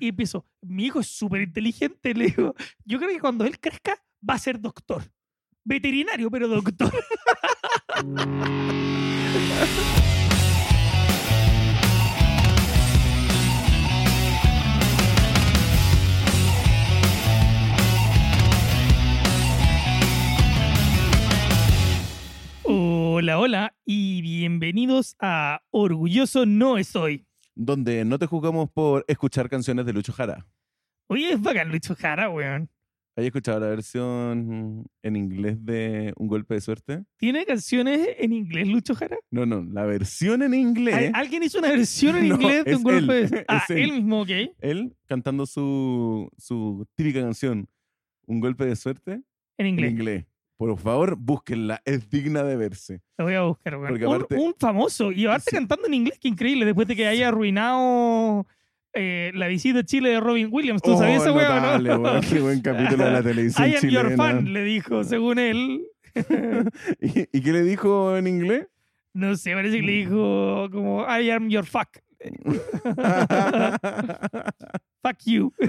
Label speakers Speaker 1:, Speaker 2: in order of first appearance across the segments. Speaker 1: Y empiezo, mi hijo es súper inteligente, le digo, yo creo que cuando él crezca va a ser doctor. Veterinario, pero doctor. Hola, hola y bienvenidos a Orgulloso No Estoy.
Speaker 2: Donde no te juzgamos por escuchar canciones de Lucho Jara.
Speaker 1: Oye, es bacán Luis Jara, weón.
Speaker 2: ¿Hay escuchado la versión en inglés de Un Golpe de Suerte?
Speaker 1: ¿Tiene canciones en inglés, Lucho Jara?
Speaker 2: No, no, la versión en inglés.
Speaker 1: ¿Al- ¿Alguien hizo una versión en
Speaker 2: No,
Speaker 1: inglés de
Speaker 2: es
Speaker 1: un golpe
Speaker 2: él,
Speaker 1: de...
Speaker 2: es
Speaker 1: Ah,
Speaker 2: él.
Speaker 1: él mismo, ok.
Speaker 2: Él cantando su, su típica canción, Un Golpe de Suerte,
Speaker 1: En
Speaker 2: en
Speaker 1: inglés.
Speaker 2: inglés. Por favor, búsquenla, es digna de verse.
Speaker 1: Lo voy a buscar, weón.
Speaker 2: Porque
Speaker 1: Un-
Speaker 2: aparte-
Speaker 1: un, famoso. Y aparte
Speaker 2: Sí.
Speaker 1: cantando en inglés, que increíble. Después de que haya arruinado eh, la visita a Chile de Robin Williams. ¿Tú sabías esa weá o
Speaker 2: Oh, notable,
Speaker 1: no?
Speaker 2: weón, Qué buen capítulo de la televisión
Speaker 1: I am
Speaker 2: chilena.
Speaker 1: your fan, le dijo, según él.
Speaker 2: ¿Y, y qué le dijo en inglés?
Speaker 1: No sé, parece que le
Speaker 2: Mm.
Speaker 1: dijo como I am your fuck. fuck you.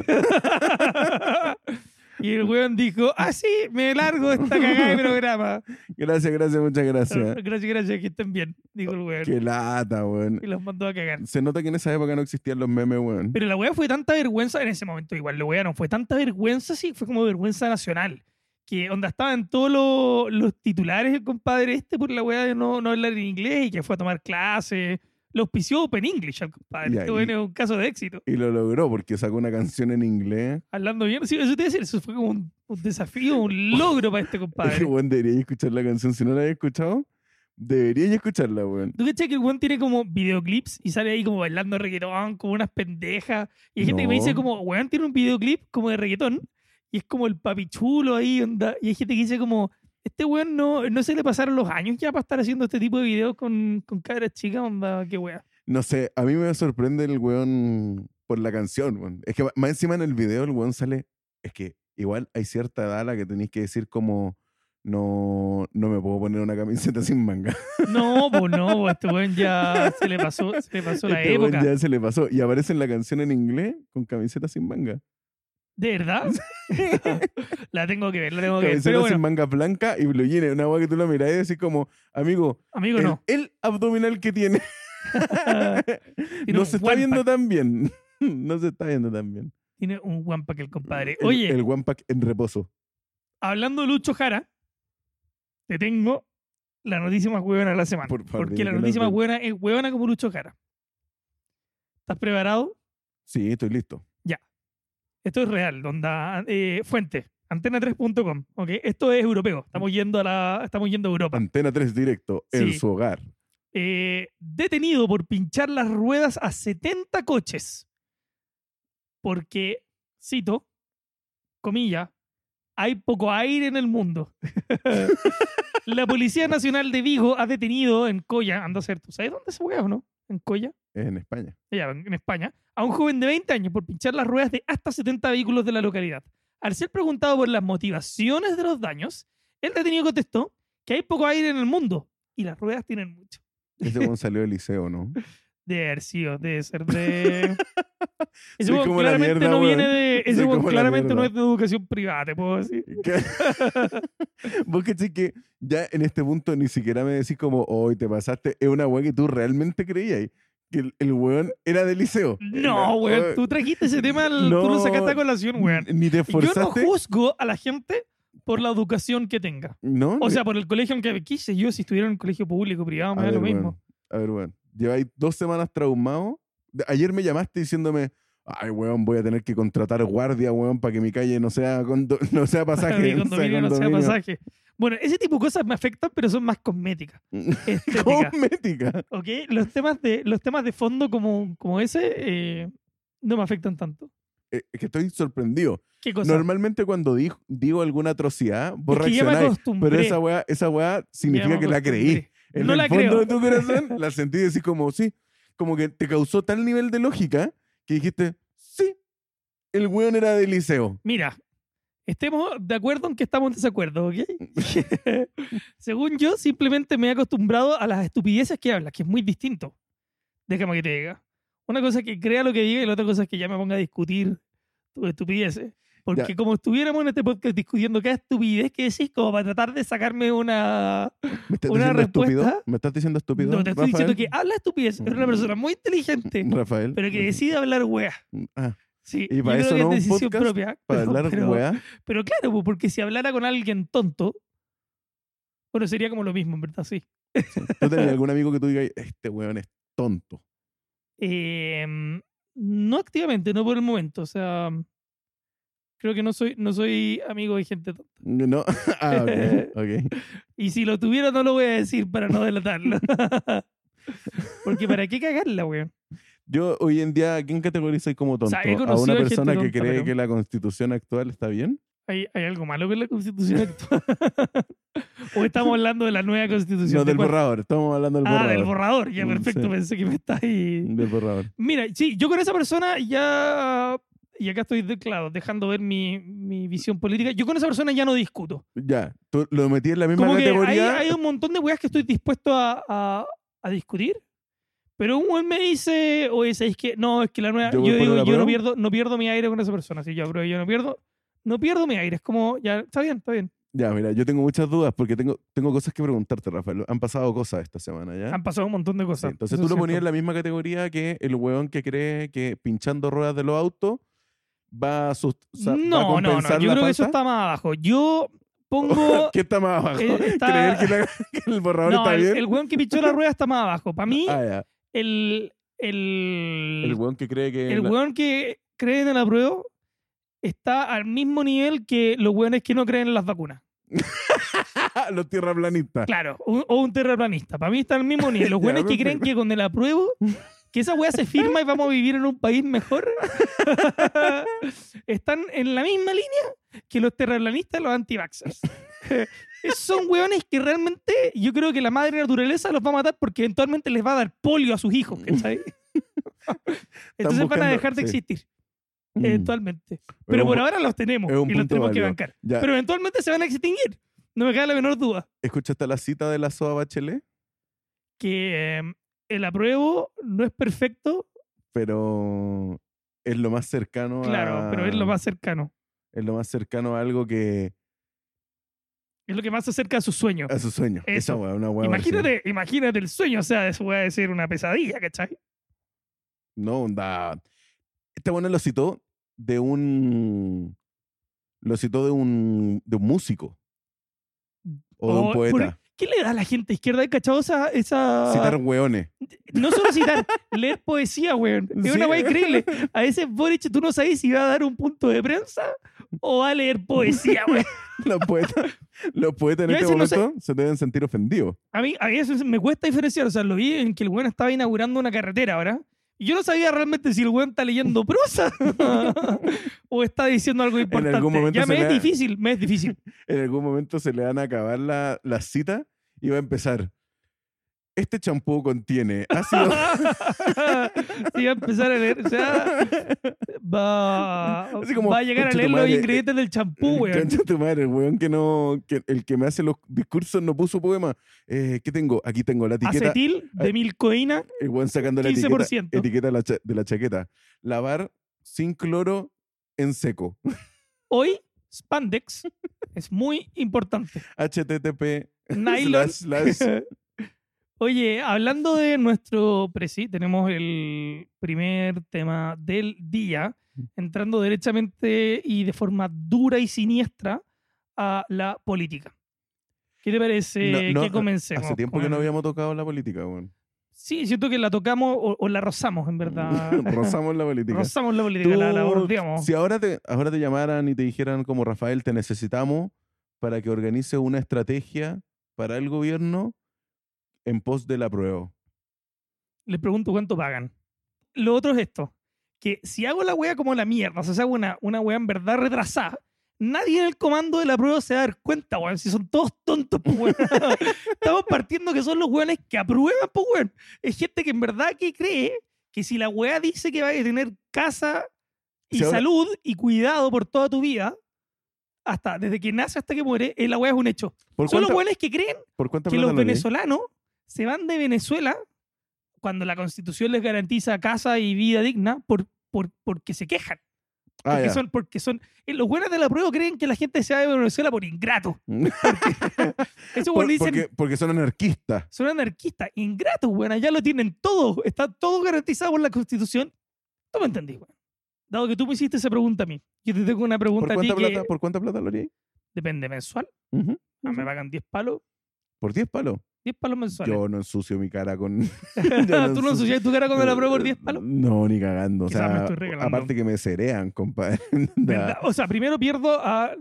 Speaker 1: y el weón dijo, ah, sí, me largo de esta cagada de programa.
Speaker 2: gracias, gracias, muchas gracias.
Speaker 1: Gracias, gracias, que estén bien, dijo el weón.
Speaker 2: Qué lata, weón.
Speaker 1: Y los mandó a cagar.
Speaker 2: Se nota que en esa época no existían los memes, weón.
Speaker 1: Pero la weá fue tanta vergüenza, en ese momento igual lo wearon, fue tanta vergüenza, sí, fue como vergüenza nacional. Que onda estaban todos los, los titulares el compadre este por la weá de no, no hablar en inglés y que fue a tomar clases. Lo auspició Open English al compadre.
Speaker 2: Ya,
Speaker 1: Este
Speaker 2: y-
Speaker 1: weón es un caso de éxito.
Speaker 2: Y lo logró porque sacó una canción en inglés.
Speaker 1: Hablando bien, sí, eso te iba a decir, eso fue como un, un desafío, un logro para este
Speaker 2: Es que,
Speaker 1: compadre.
Speaker 2: weón, deberíais escuchar la canción. Si no la habéis escuchado, deberíais escucharla, weón.
Speaker 1: ¿Tú cachai que el weón tiene como videoclips y sale ahí como bailando reggaetón, como unas pendejas? Y hay gente que me dice
Speaker 2: No.
Speaker 1: como, weón, tiene un videoclip como de reggaetón y es como el papi chulo ahí, onda. Y hay gente que dice como, este weón no, no se le pasaron los años ya para estar haciendo este tipo de videos con, con cabras chicas, onda, qué weón.
Speaker 2: No sé, a mí me sorprende el weón por la canción, weón. Es que más encima en el video el weón sale. Es que igual hay cierta edad a la que tenéis que decir como. No, no me puedo poner una camiseta sin manga.
Speaker 1: No, pues no, po, este weón ya se le pasó, se le pasó la
Speaker 2: Este weón
Speaker 1: época.
Speaker 2: ya se le pasó. Y aparece en la canción en inglés con camiseta sin manga.
Speaker 1: ¿De verdad? la tengo que ver, la tengo que ver.
Speaker 2: Camiseta
Speaker 1: Pero bueno,
Speaker 2: sin manga blanca y blue jeans. Una weá que tú la mirás y decís como, amigo,
Speaker 1: amigo,
Speaker 2: el,
Speaker 1: no. Ah,
Speaker 2: el abdominal que tiene.
Speaker 1: un
Speaker 2: no se está
Speaker 1: one
Speaker 2: viendo
Speaker 1: pack.
Speaker 2: tan bien. No se está viendo tan bien.
Speaker 1: Tiene un guampa que el compadre.
Speaker 2: El-
Speaker 1: Oye.
Speaker 2: El, one pack en reposo.
Speaker 1: Hablando de Lucho Jara, te tengo la noticia más huevona de la semana.
Speaker 2: Por favor,
Speaker 1: porque
Speaker 2: dime
Speaker 1: la
Speaker 2: que la
Speaker 1: noticia más
Speaker 2: tengo.
Speaker 1: huevona es huevona como Lucho Jara. ¿Estás preparado?
Speaker 2: Sí, estoy listo.
Speaker 1: Esto es real, onda, eh, fuente, antena3.com. ¿ok? Esto es europeo. Estamos yendo a la, estamos yendo a Europa.
Speaker 2: Antena 3 directo
Speaker 1: Sí.
Speaker 2: en su hogar.
Speaker 1: Eh, detenido por pinchar las ruedas a 70 coches. Porque, cito, comilla, hay poco aire en el mundo. La Policía Nacional de Vigo ha detenido en Coya, anda a ser, ¿tú sabes dónde se juega o no? En Coya,
Speaker 2: En España.
Speaker 1: allá en España, a un joven de 20 años por pinchar las ruedas de hasta 70 vehículos de la localidad. Al ser preguntado por las motivaciones de los daños, el detenido contestó que hay poco aire en el mundo y las ruedas tienen mucho.
Speaker 2: Ese weón salió del liceo, ¿no?
Speaker 1: De haber sido, de ser de. Ese
Speaker 2: Soy
Speaker 1: hueón
Speaker 2: como la
Speaker 1: claramente
Speaker 2: mierda,
Speaker 1: no
Speaker 2: weón.
Speaker 1: viene de. Ese
Speaker 2: Soy
Speaker 1: hueón
Speaker 2: como la
Speaker 1: claramente no
Speaker 2: mierda.
Speaker 1: es de educación privada, te puedo decir.
Speaker 2: Que- Vos cachai que ya en este punto ni siquiera me decís como, hoy te pasaste. Es una weá que tú realmente creías. Que el, el weón era del liceo. Era-
Speaker 1: No, weón,
Speaker 2: oh,
Speaker 1: tú trajiste ese tema, al- tú lo
Speaker 2: No,
Speaker 1: sacaste a colación, weón.
Speaker 2: Ni te
Speaker 1: Yo no
Speaker 2: esforzaste.
Speaker 1: juzgo a la gente por la educación que tenga.
Speaker 2: No,
Speaker 1: O sea, por el colegio en que quise. Yo, si estuviera en un colegio público o privado, me da lo
Speaker 2: weón,
Speaker 1: mismo.
Speaker 2: a ver, weón. Lleváis dos semanas traumado. De- Ayer me llamaste diciéndome, ay, weón, voy a tener que contratar guardia, weón, para que mi calle no sea, condo- no sea pasaje.
Speaker 1: Mi
Speaker 2: no sea
Speaker 1: condominio no sea
Speaker 2: condominio".
Speaker 1: pasaje. Bueno, ese tipo de cosas me afectan, pero son más cosméticas. estéticas.
Speaker 2: Cosmética.
Speaker 1: ¿Ok? Los temas de, los temas de fondo como, como ese eh, no me afectan tanto.
Speaker 2: Eh, Es que estoy sorprendido.
Speaker 1: ¿Qué cosa?
Speaker 2: Normalmente cuando digo, digo alguna atrocidad, vos
Speaker 1: Es que ya me
Speaker 2: reaccionáis.
Speaker 1: acostumbré.
Speaker 2: Pero esa weá, esa weá significa
Speaker 1: Ya me
Speaker 2: que la creí.
Speaker 1: acostumbré.
Speaker 2: En
Speaker 1: No
Speaker 2: el
Speaker 1: la
Speaker 2: fondo
Speaker 1: creo.
Speaker 2: de tu corazón la sentí y decís como, sí. Como que te causó tal nivel de lógica que dijiste, sí, el weón era del liceo.
Speaker 1: Mira, estemos de acuerdo en que estamos en desacuerdo, ¿ok? Según yo, simplemente me he acostumbrado a las estupideces que hablas, que es muy distinto. Déjame que te diga. Una cosa es que crea lo que diga y la otra cosa es que ya me ponga a discutir tus estupideces. Porque
Speaker 2: Ya.
Speaker 1: como estuviéramos en este podcast discutiendo cada estupidez que decís, como para tratar de sacarme una...
Speaker 2: ¿Me estás
Speaker 1: Una
Speaker 2: diciendo estúpido?
Speaker 1: respuesta-
Speaker 2: ¿Me estás diciendo estúpido?
Speaker 1: No, te estoy diciendo
Speaker 2: Rafael? Mm.
Speaker 1: que habla estupidez. Eres una persona muy inteligente,
Speaker 2: Rafael.
Speaker 1: pero que decide hablar weá.
Speaker 2: Ah,
Speaker 1: Sí,
Speaker 2: Y
Speaker 1: yo
Speaker 2: para
Speaker 1: creo
Speaker 2: eso
Speaker 1: que
Speaker 2: no un
Speaker 1: es decisión
Speaker 2: podcast
Speaker 1: propia.
Speaker 2: para
Speaker 1: pero-
Speaker 2: hablar
Speaker 1: pero-
Speaker 2: weá.
Speaker 1: Pero claro, pues, porque si hablara con alguien tonto, bueno, sería como lo mismo, en verdad, sí.
Speaker 2: ¿Tú tenías algún amigo que tú digas, este weón es tonto?
Speaker 1: Em, no activamente, no por el momento. O sea, creo que no soy, no soy amigo de gente tonta.
Speaker 2: No. ah, ok. ok.
Speaker 1: Y si lo tuviera, no lo voy a decir para no delatarlo. porque para qué cagarla, weón.
Speaker 2: Yo hoy en día, ¿a quién categorizáis como tonto?
Speaker 1: sea, he
Speaker 2: ¿A
Speaker 1: conocido
Speaker 2: una
Speaker 1: a gente
Speaker 2: persona que
Speaker 1: tonta,
Speaker 2: cree
Speaker 1: pero-
Speaker 2: que la constitución actual está bien?
Speaker 1: ¿Hay, hay algo malo con la constitución actual? ¿O estamos hablando de la nueva constitución?
Speaker 2: No,
Speaker 1: ¿De
Speaker 2: del
Speaker 1: cuál?
Speaker 2: borrador. Estamos hablando del
Speaker 1: Ah,
Speaker 2: borrador.
Speaker 1: del borrador. Ya,
Speaker 2: Mm,
Speaker 1: perfecto.
Speaker 2: sí.
Speaker 1: Pensé que me está ahí.
Speaker 2: Del borrador.
Speaker 1: Mira, sí, yo con esa persona ya. Y acá estoy, de- claro, dejando ver mi, mi visión política. Yo con esa persona ya no discuto.
Speaker 2: Ya, tú lo metí en la misma
Speaker 1: Como que hay,
Speaker 2: categoría.
Speaker 1: hay un montón de weas que estoy dispuesto a, a- a discutir. Pero un weón me dice, oye, ¿sabes que No, es que la nueva.
Speaker 2: ¿Yo
Speaker 1: Yo,
Speaker 2: voy a poner
Speaker 1: digo,
Speaker 2: la
Speaker 1: yo no
Speaker 2: prueba?
Speaker 1: pierdo, no pierdo mi aire con esa persona. Sí, yo, pero yo no pierdo. No pierdo mi aire. Es como, ya, está bien, está bien.
Speaker 2: Ya, mira, yo tengo muchas dudas porque tengo, tengo cosas que preguntarte, Rafael. Han pasado cosas esta semana, ¿ya?
Speaker 1: Han pasado un montón de
Speaker 2: Sí,
Speaker 1: cosas.
Speaker 2: entonces
Speaker 1: Eso
Speaker 2: tú
Speaker 1: es
Speaker 2: lo ponías en
Speaker 1: cierto.
Speaker 2: la misma categoría que el weón que cree que pinchando ruedas de los autos va a, sus- o sea, va a
Speaker 1: No, no, no.
Speaker 2: compensar
Speaker 1: Yo
Speaker 2: la
Speaker 1: creo que eso
Speaker 2: falta.
Speaker 1: está más abajo. Yo pongo.
Speaker 2: ¿Qué está más abajo?
Speaker 1: Eh, está-
Speaker 2: ¿Creer que, la- que el borrador
Speaker 1: No,
Speaker 2: está
Speaker 1: el,
Speaker 2: bien?
Speaker 1: el weón que pichó la rueda está más abajo. Para mí,
Speaker 2: Ah, ya.
Speaker 1: el, el,
Speaker 2: El weón que cree que...
Speaker 1: el
Speaker 2: la-
Speaker 1: weón que cree en el apruebo está al mismo nivel que los weones que no creen en las vacunas.
Speaker 2: ah, los tierraplanistas.
Speaker 1: Claro, un- o un terraplanista. Para mí está al mismo nivel. Los
Speaker 2: Ya,
Speaker 1: weones que creen
Speaker 2: perfecto.
Speaker 1: que con el apruebo, que esa weá se firma y vamos a vivir en un país mejor, están en la misma línea que los terraplanistas y los antivaxxers. Esos Son weones que realmente yo creo que la madre naturaleza los va a matar porque eventualmente les va a dar polio a sus hijos, ¿cachai? Entonces van
Speaker 2: buscando-
Speaker 1: a dejar de
Speaker 2: sí.
Speaker 1: existir,
Speaker 2: Mm.
Speaker 1: eventualmente.
Speaker 2: Es
Speaker 1: Pero
Speaker 2: un
Speaker 1: por
Speaker 2: pu-
Speaker 1: ahora los tenemos
Speaker 2: es un
Speaker 1: y los
Speaker 2: punto
Speaker 1: tenemos que
Speaker 2: válido.
Speaker 1: bancar.
Speaker 2: Ya,
Speaker 1: Pero eventualmente se van a extinguir. No me cae la menor duda.
Speaker 2: ¿Escuchaste la cita de la Soa Bachelet?
Speaker 1: que em, el apruebo no es perfecto,
Speaker 2: Pero es lo más cercano a...
Speaker 1: claro, pero
Speaker 2: Ah.
Speaker 1: es lo más cercano.
Speaker 2: Es lo más cercano a algo que...
Speaker 1: Es lo que más se acerca a su sueño.
Speaker 2: A su sueño. Esa
Speaker 1: Eso.
Speaker 2: weá, una weá parecida.
Speaker 1: imagínate, imagínate el sueño, o sea, eso puede ser una pesadilla, ¿cachai?
Speaker 2: No, onda. Este bueno lo citó de un. Lo citó de un, de un músico. O de un
Speaker 1: O-
Speaker 2: poeta.
Speaker 1: ¿Qué le da a la gente izquierda? ¿Hay cachado esa...? esa-
Speaker 2: Citar hueones.
Speaker 1: No solo citar, leer poesía, weón. Es
Speaker 2: Sí.
Speaker 1: una weá increíble. A veces Boric, tú no sabes si va a dar un punto de prensa o va a leer poesía, weón.
Speaker 2: Los poetas, los poetas en
Speaker 1: Yo a
Speaker 2: este
Speaker 1: veces no sé.
Speaker 2: momento se deben sentir ofendidos.
Speaker 1: A mí, a veces me cuesta diferenciar. O sea, lo vi en que el weón estaba inaugurando una carretera ahora. Y yo no sabía realmente si el weón está leyendo prosa o está diciendo algo importante.
Speaker 2: algún momento
Speaker 1: ya
Speaker 2: se
Speaker 1: me es
Speaker 2: le-
Speaker 1: difícil, me es difícil.
Speaker 2: En algún momento se le van a acabar la, la cita y va a empezar. Este champú contiene ácido.
Speaker 1: sí, va a empezar a leer. O sea, va,
Speaker 2: Así como,
Speaker 1: va a llegar a
Speaker 2: "Concha tu
Speaker 1: leer los
Speaker 2: madre, eh,
Speaker 1: ingredientes del champú, weón.
Speaker 2: Concha tu madre, el weón que no. que- el que me hace los discursos no puso poema. Eh, ¿Qué tengo? Aquí tengo la etiqueta. eh.
Speaker 1: Acetil de milcoína.
Speaker 2: El weón sacando la
Speaker 1: 15%.
Speaker 2: etiqueta, etiqueta de, la cha- de la chaqueta. Lavar sin cloro en seco.
Speaker 1: Hoy, spandex es muy importante.
Speaker 2: HTTP.
Speaker 1: Nylon.
Speaker 2: slash, slash.
Speaker 1: Oye, hablando de nuestro presi, tenemos el primer tema del día,
Speaker 2: Mm.
Speaker 1: entrando derechamente y de forma dura y siniestra a la política. ¿Qué te parece
Speaker 2: No, no,
Speaker 1: que comencemos?
Speaker 2: Hace tiempo
Speaker 1: con-
Speaker 2: que no habíamos tocado la política, weón.
Speaker 1: Sí, siento que la tocamos o, o la rozamos, en verdad.
Speaker 2: Rozamos la política.
Speaker 1: rozamos la política, la, la
Speaker 2: Tú,
Speaker 1: bordeamos.
Speaker 2: Si ahora te, ahora te llamaran y te dijeran como Rafael, te necesitamos para que organice una estrategia para el gobierno en pos del apruebo.
Speaker 1: les pregunto cuánto pagan. Lo otro es esto, que si hago la wea como la mierda, o sea, si hago una, una wea en verdad retrasada, nadie en el comando de la prueba se va a dar cuenta, weón, si son todos tontos, po, weón. Estamos partiendo que son los weones que aprueban, po, weón. Es gente que en verdad que cree que si la wea dice que va a tener casa y
Speaker 2: Si ahora-
Speaker 1: salud y cuidado por toda tu vida, hasta desde que nace hasta que muere, eh, la wea es un hecho.
Speaker 2: ¿Por
Speaker 1: Son los
Speaker 2: cuánta,
Speaker 1: weones que creen
Speaker 2: por cuánta
Speaker 1: que
Speaker 2: plata
Speaker 1: los
Speaker 2: lo leí?
Speaker 1: venezolanos se van de Venezuela cuando la Constitución les garantiza casa y vida digna por, por, porque se quejan.
Speaker 2: Ah,
Speaker 1: porque,
Speaker 2: ya.
Speaker 1: son, porque son. eh, Los buenos de la prueba creen que la gente se va de Venezuela por ingrato. Eso
Speaker 2: Por-
Speaker 1: bueno, dicen,
Speaker 2: porque, porque son anarquistas.
Speaker 1: son anarquistas, ingratos, weón. Allá lo tienen todo. Está todo garantizado por la Constitución. Tú me entendí, weón. Dado que tú me hiciste esa pregunta a mí, yo te tengo una
Speaker 2: ¿Por
Speaker 1: pregunta a ti
Speaker 2: cuánta,
Speaker 1: que
Speaker 2: plata, ¿Por cuánta plata lo haría?
Speaker 1: depende mensual.
Speaker 2: Ujú.
Speaker 1: Ah, me pagan 10 palos,
Speaker 2: ¿Por 10 palos?
Speaker 1: 10 palos mensuales.
Speaker 2: Yo no ensucio mi cara con.
Speaker 1: Tú no ensucias tu cara cuando la pruebo por 10 palos.
Speaker 2: No, ni cagando. O
Speaker 1: Quizás
Speaker 2: sea,
Speaker 1: me estoy regalando.
Speaker 2: aparte que me cerean, compadre. Nah.
Speaker 1: ¿Verdad? O sea, primero pierdo a,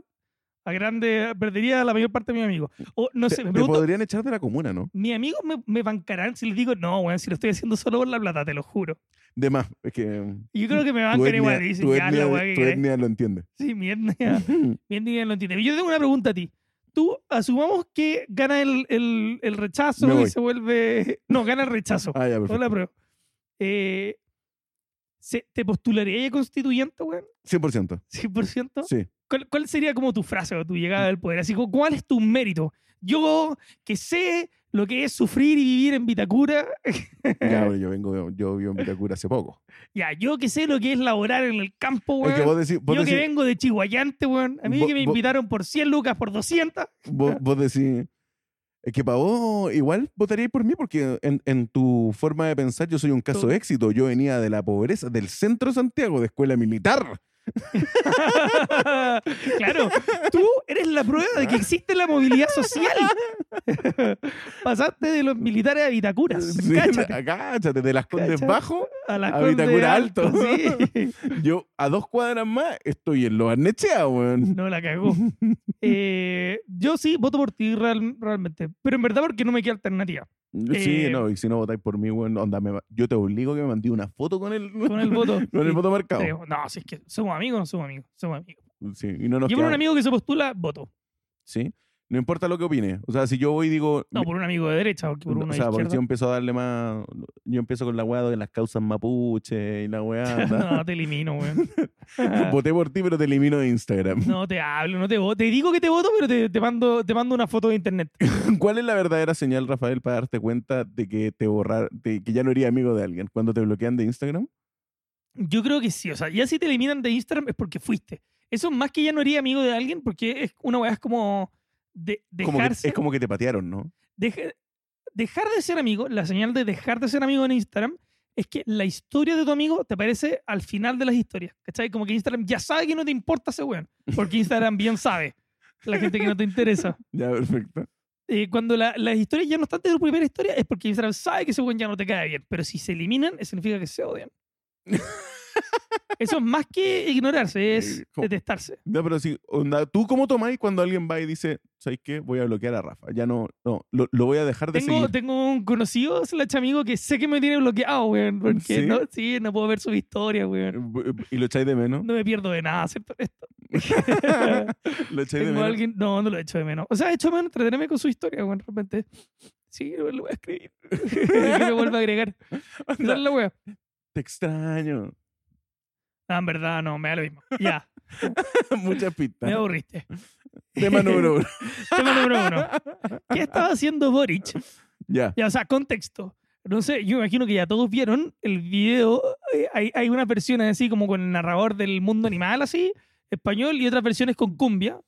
Speaker 1: a grande, perdería a la mayor parte de mis amigos. O no
Speaker 2: Te,
Speaker 1: sé, me
Speaker 2: te
Speaker 1: pregunto,
Speaker 2: podrían echar de la comuna, ¿no?
Speaker 1: ¿mis amigos me, me bancarán si les digo, no, weón, si lo estoy haciendo solo por la plata, te lo juro?
Speaker 2: De más. Es que. mm,
Speaker 1: Y yo creo que me
Speaker 2: tu
Speaker 1: bancan igual. Y
Speaker 2: etnia, tu
Speaker 1: dicen, ya, la weá
Speaker 2: etnia,
Speaker 1: que
Speaker 2: tu
Speaker 1: querés".
Speaker 2: etnia lo entiende.
Speaker 1: Sí, mi etnia. Bien, bien, lo entiende. Yo tengo una pregunta a ti. Tú asumamos que gana el, el- el rechazo
Speaker 2: Me
Speaker 1: y
Speaker 2: voy.
Speaker 1: se vuelve. No, gana el rechazo.
Speaker 2: Ah, ya, perfecto.
Speaker 1: Hola, prueba. Eh, ¿se- ¿Te postularía a constituyente, weón?
Speaker 2: 100%.
Speaker 1: 100%.
Speaker 2: Sí.
Speaker 1: ¿Cuál, cuál sería como tu frase o tu
Speaker 2: Mm.
Speaker 1: llegada al poder? Así como, ¿cuál es tu mérito? Yo que sé lo que es sufrir y vivir en Vitacura.
Speaker 2: Ya, pero yo vengo, yo vivo en Vitacura hace poco.
Speaker 1: ya, yo que sé lo que es laborar en el campo,
Speaker 2: Es que
Speaker 1: weón.
Speaker 2: vos decís, vos
Speaker 1: Yo que
Speaker 2: decís,
Speaker 1: vengo de Chihuayante, weón. A mí
Speaker 2: Vos-
Speaker 1: que me
Speaker 2: vos-
Speaker 1: invitaron por 100 lucas, por 200.
Speaker 2: vos, vos decís, es que para vos igual votaríais por mí porque en, en tu forma de pensar yo soy un caso
Speaker 1: Tú-
Speaker 2: de éxito. Yo venía de la pobreza, del centro de Santiago, de escuela militar.
Speaker 1: claro, tú eres la prueba de que existe la movilidad social. Pasaste de los militares a Vitacuras.
Speaker 2: Sí,
Speaker 1: cáchate,
Speaker 2: agáchate, de las Condes
Speaker 1: Cáchate.
Speaker 2: Bajo,
Speaker 1: a la
Speaker 2: a
Speaker 1: Conde
Speaker 2: Vitacura Alto.
Speaker 1: sí.
Speaker 2: yo a dos cuadras más estoy en Lo Barnechea, weón.
Speaker 1: No la cagó. Eh, yo sí voto por ti real- realmente. Pero en verdad porque no me queda alternativa.
Speaker 2: Sí,
Speaker 1: Eh,
Speaker 2: no, y si no votáis por mí, weón, onda, me va- yo te obligo que me mandé una foto con el,
Speaker 1: Con el voto.
Speaker 2: con el voto marcado.
Speaker 1: Creo. No, si es que somos amigos, no somos amigos. Somos amigos.
Speaker 2: Sí, y no nos
Speaker 1: Yo por un
Speaker 2: quedamos.
Speaker 1: amigo que se postula, voto.
Speaker 2: ¿sí? No importa lo que opine. O sea, si yo voy y digo.
Speaker 1: No, por un amigo de derecha, porque por
Speaker 2: no,
Speaker 1: uno
Speaker 2: o
Speaker 1: de
Speaker 2: sea, porque si yo
Speaker 1: izquierda.
Speaker 2: empiezo a darle más. Yo empiezo con la weá de las causas mapuche y la weá. anda.
Speaker 1: No, te elimino, weón.
Speaker 2: Voté por ti, pero te elimino de Instagram.
Speaker 1: No te hablo, no te voto. Te digo que te voto, pero te, te mando, te mando una foto de internet.
Speaker 2: ¿Cuál es la verdadera señal, Rafael, para darte cuenta de que te borrar, de que ya no eres amigo de alguien? ¿Cuando te bloquean de Instagram?
Speaker 1: Yo creo que sí. O sea, ya si te eliminan de Instagram es porque fuiste. Eso más que ya no haría amigo de alguien, porque es una weá es como de,
Speaker 2: Como que-
Speaker 1: dejarse.
Speaker 2: es como que te patearon, ¿no?
Speaker 1: deja- dejar de ser amigo, la señal de dejar de ser amigo en Instagram es que la historia de tu amigo te aparece al final de las historias. ¿Cachai? Como que Instagram ya sabe que no te importa ese weón. Porque Instagram bien sabe la gente que no te interesa.
Speaker 2: Ya, perfecto.
Speaker 1: eh, cuando la- las historias ya no están de tu primera historia es porque Instagram sabe que ese weón ya no te cae bien. Pero si se eliminan, eso significa que se odian. Eso es más que ignorarse, es
Speaker 2: Eh, ¿cómo?
Speaker 1: detestarse.
Speaker 2: No, pero sí, onda, ¿tú cómo tomáis cuando alguien va y dice, ¿sabes qué? Voy a bloquear a Rafa. Ya no, no, lo, lo voy a dejar de
Speaker 1: Tengo,
Speaker 2: seguir.
Speaker 1: tengo un conocido slash amigo que sé que me tiene bloqueado, weón. Porque
Speaker 2: ¿Sí?
Speaker 1: No, sí, no puedo ver su historia, weón.
Speaker 2: ¿Y lo echáis de menos?
Speaker 1: No me pierdo de nada, ¿cierto? Esto.
Speaker 2: ¿Lo echáis de
Speaker 1: Tengo a
Speaker 2: menos?
Speaker 1: alguien. No, no lo echo de menos. O sea, echo de menos entretenerme con su historia, weón. De repente. Sí, lo voy a escribir. que me vuelva a agregar.
Speaker 2: Onda,
Speaker 1: No, la wea.
Speaker 2: Te extraño.
Speaker 1: Ah, en verdad, no, me da lo mismo. Ya,
Speaker 2: Muchas pistas.
Speaker 1: me aburriste.
Speaker 2: Tema número uno.
Speaker 1: Tema número uno. ¿Qué estaba haciendo Boric?
Speaker 2: Ya.
Speaker 1: Ya, o sea, contexto. No sé, yo me imagino que ya todos vieron el video. eh, Hay, hay unas versiones así como con el narrador del mundo animal, así, español, y otras versiones con cumbia,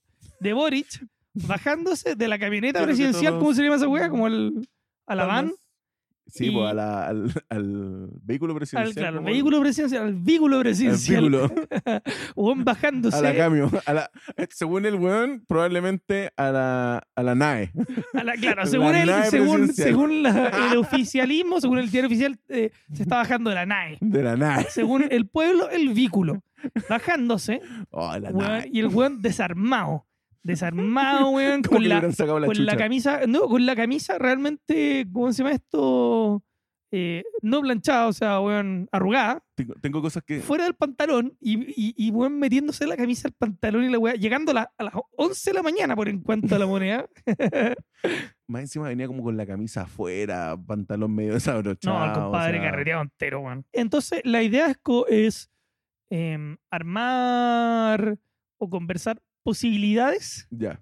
Speaker 1: de Boric, bajándose de la camioneta
Speaker 2: Creo que
Speaker 1: presidencial,
Speaker 2: todos-
Speaker 1: ¿cómo se llama esa weá? Como el... A la van,
Speaker 2: Sí,
Speaker 1: Y-
Speaker 2: pues, a la- al, al vehículo presidencial.
Speaker 1: al, claro, al
Speaker 2: como-
Speaker 1: vehículo presidencial, al vehículo
Speaker 2: al
Speaker 1: presidencial,
Speaker 2: vehículo,
Speaker 1: weón bajándose
Speaker 2: a la cambio. según el weón, probablemente a la, a la NAE.
Speaker 1: A la- claro,
Speaker 2: La
Speaker 1: según, él-
Speaker 2: nave
Speaker 1: según,
Speaker 2: presidencial.
Speaker 1: según la- el oficialismo, según el diario oficial, eh, se está bajando de la nave.
Speaker 2: De la NAE.
Speaker 1: Según el pueblo, el vículo. Bajándose,
Speaker 2: Oh, la
Speaker 1: weón,
Speaker 2: NAE.
Speaker 1: y el weón desarmado. Desarmado, weón,
Speaker 2: Como que
Speaker 1: con
Speaker 2: le
Speaker 1: la,
Speaker 2: hubieran sacado la
Speaker 1: con la
Speaker 2: chucha.
Speaker 1: camisa. No, con la camisa realmente, ¿cómo se llama esto? Eh, no planchada, o sea, weón, arrugada,
Speaker 2: tengo, tengo cosas que.
Speaker 1: fuera del pantalón y, y, y, weón, metiéndose la camisa al pantalón y la weá, llegando a, la- a las 11 de la mañana por en cuanto a la moneda.
Speaker 2: Más encima venía como con la camisa afuera, pantalón medio desabrochado.
Speaker 1: No, al compadre
Speaker 2: o sea,
Speaker 1: carreteado entero, weón. Entonces, la idea es, co- es em, armar o conversar posibilidades,
Speaker 2: Ya.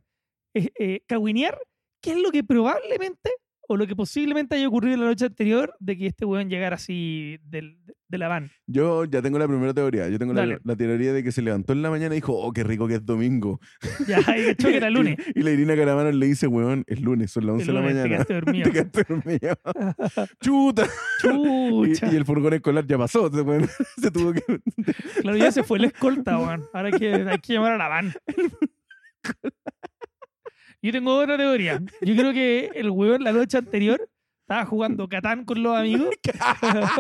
Speaker 1: eh, eh, caguinear qué es lo que probablemente o lo que posiblemente haya ocurrido la noche anterior de que este weón llegara así del, de la van.
Speaker 2: Yo ya tengo la primera teoría. Yo tengo la,
Speaker 1: Dale.
Speaker 2: la teoría de que se levantó en la mañana y dijo, oh, qué rico que es domingo.
Speaker 1: Ya, y cachó que era lunes.
Speaker 2: Y, la Irina Caravana le dice, weón, es lunes, son las 11
Speaker 1: El
Speaker 2: de la
Speaker 1: lunes te
Speaker 2: mañana.
Speaker 1: quedaste
Speaker 2: Te
Speaker 1: dormido.
Speaker 2: quedaste dormida. Chuta. Y,
Speaker 1: Chucha.
Speaker 2: y el furgón escolar ya pasó. Se, fue- se tuvo que.
Speaker 1: Claro, ya se fue la escolta, weón. Ahora hay que, hay que llamar a la van. Yo tengo otra teoría. Yo creo que el weón la noche anterior estaba jugando Catán con los amigos.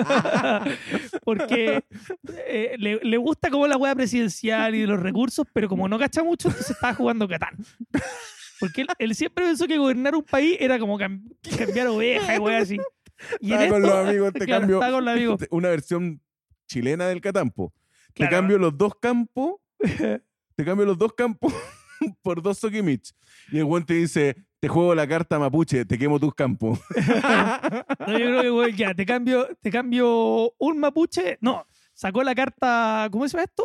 Speaker 1: Porque eh, le, le gusta como la wea presidencial y de los recursos, pero como no cacha mucho, entonces estaba jugando Catán. Porque él, él siempre pensó que gobernar un país era como cam- cambiar ovejas y wea así. Y en
Speaker 2: Estaba con
Speaker 1: esto-
Speaker 2: los amigos, te
Speaker 1: claro,
Speaker 2: cambio
Speaker 1: estaba con los amigos.
Speaker 2: te- una versión chilena del catampo. Te
Speaker 1: Claro.
Speaker 2: cambio los dos campos. te cambio los dos campos por dos Sokimich. Y el weón te dice, te juego la carta mapuche, te quemo tus campos.
Speaker 1: No, yo creo que güey, ya, te cambio, te cambio un mapuche. No, sacó la carta, ¿cómo se llama esto?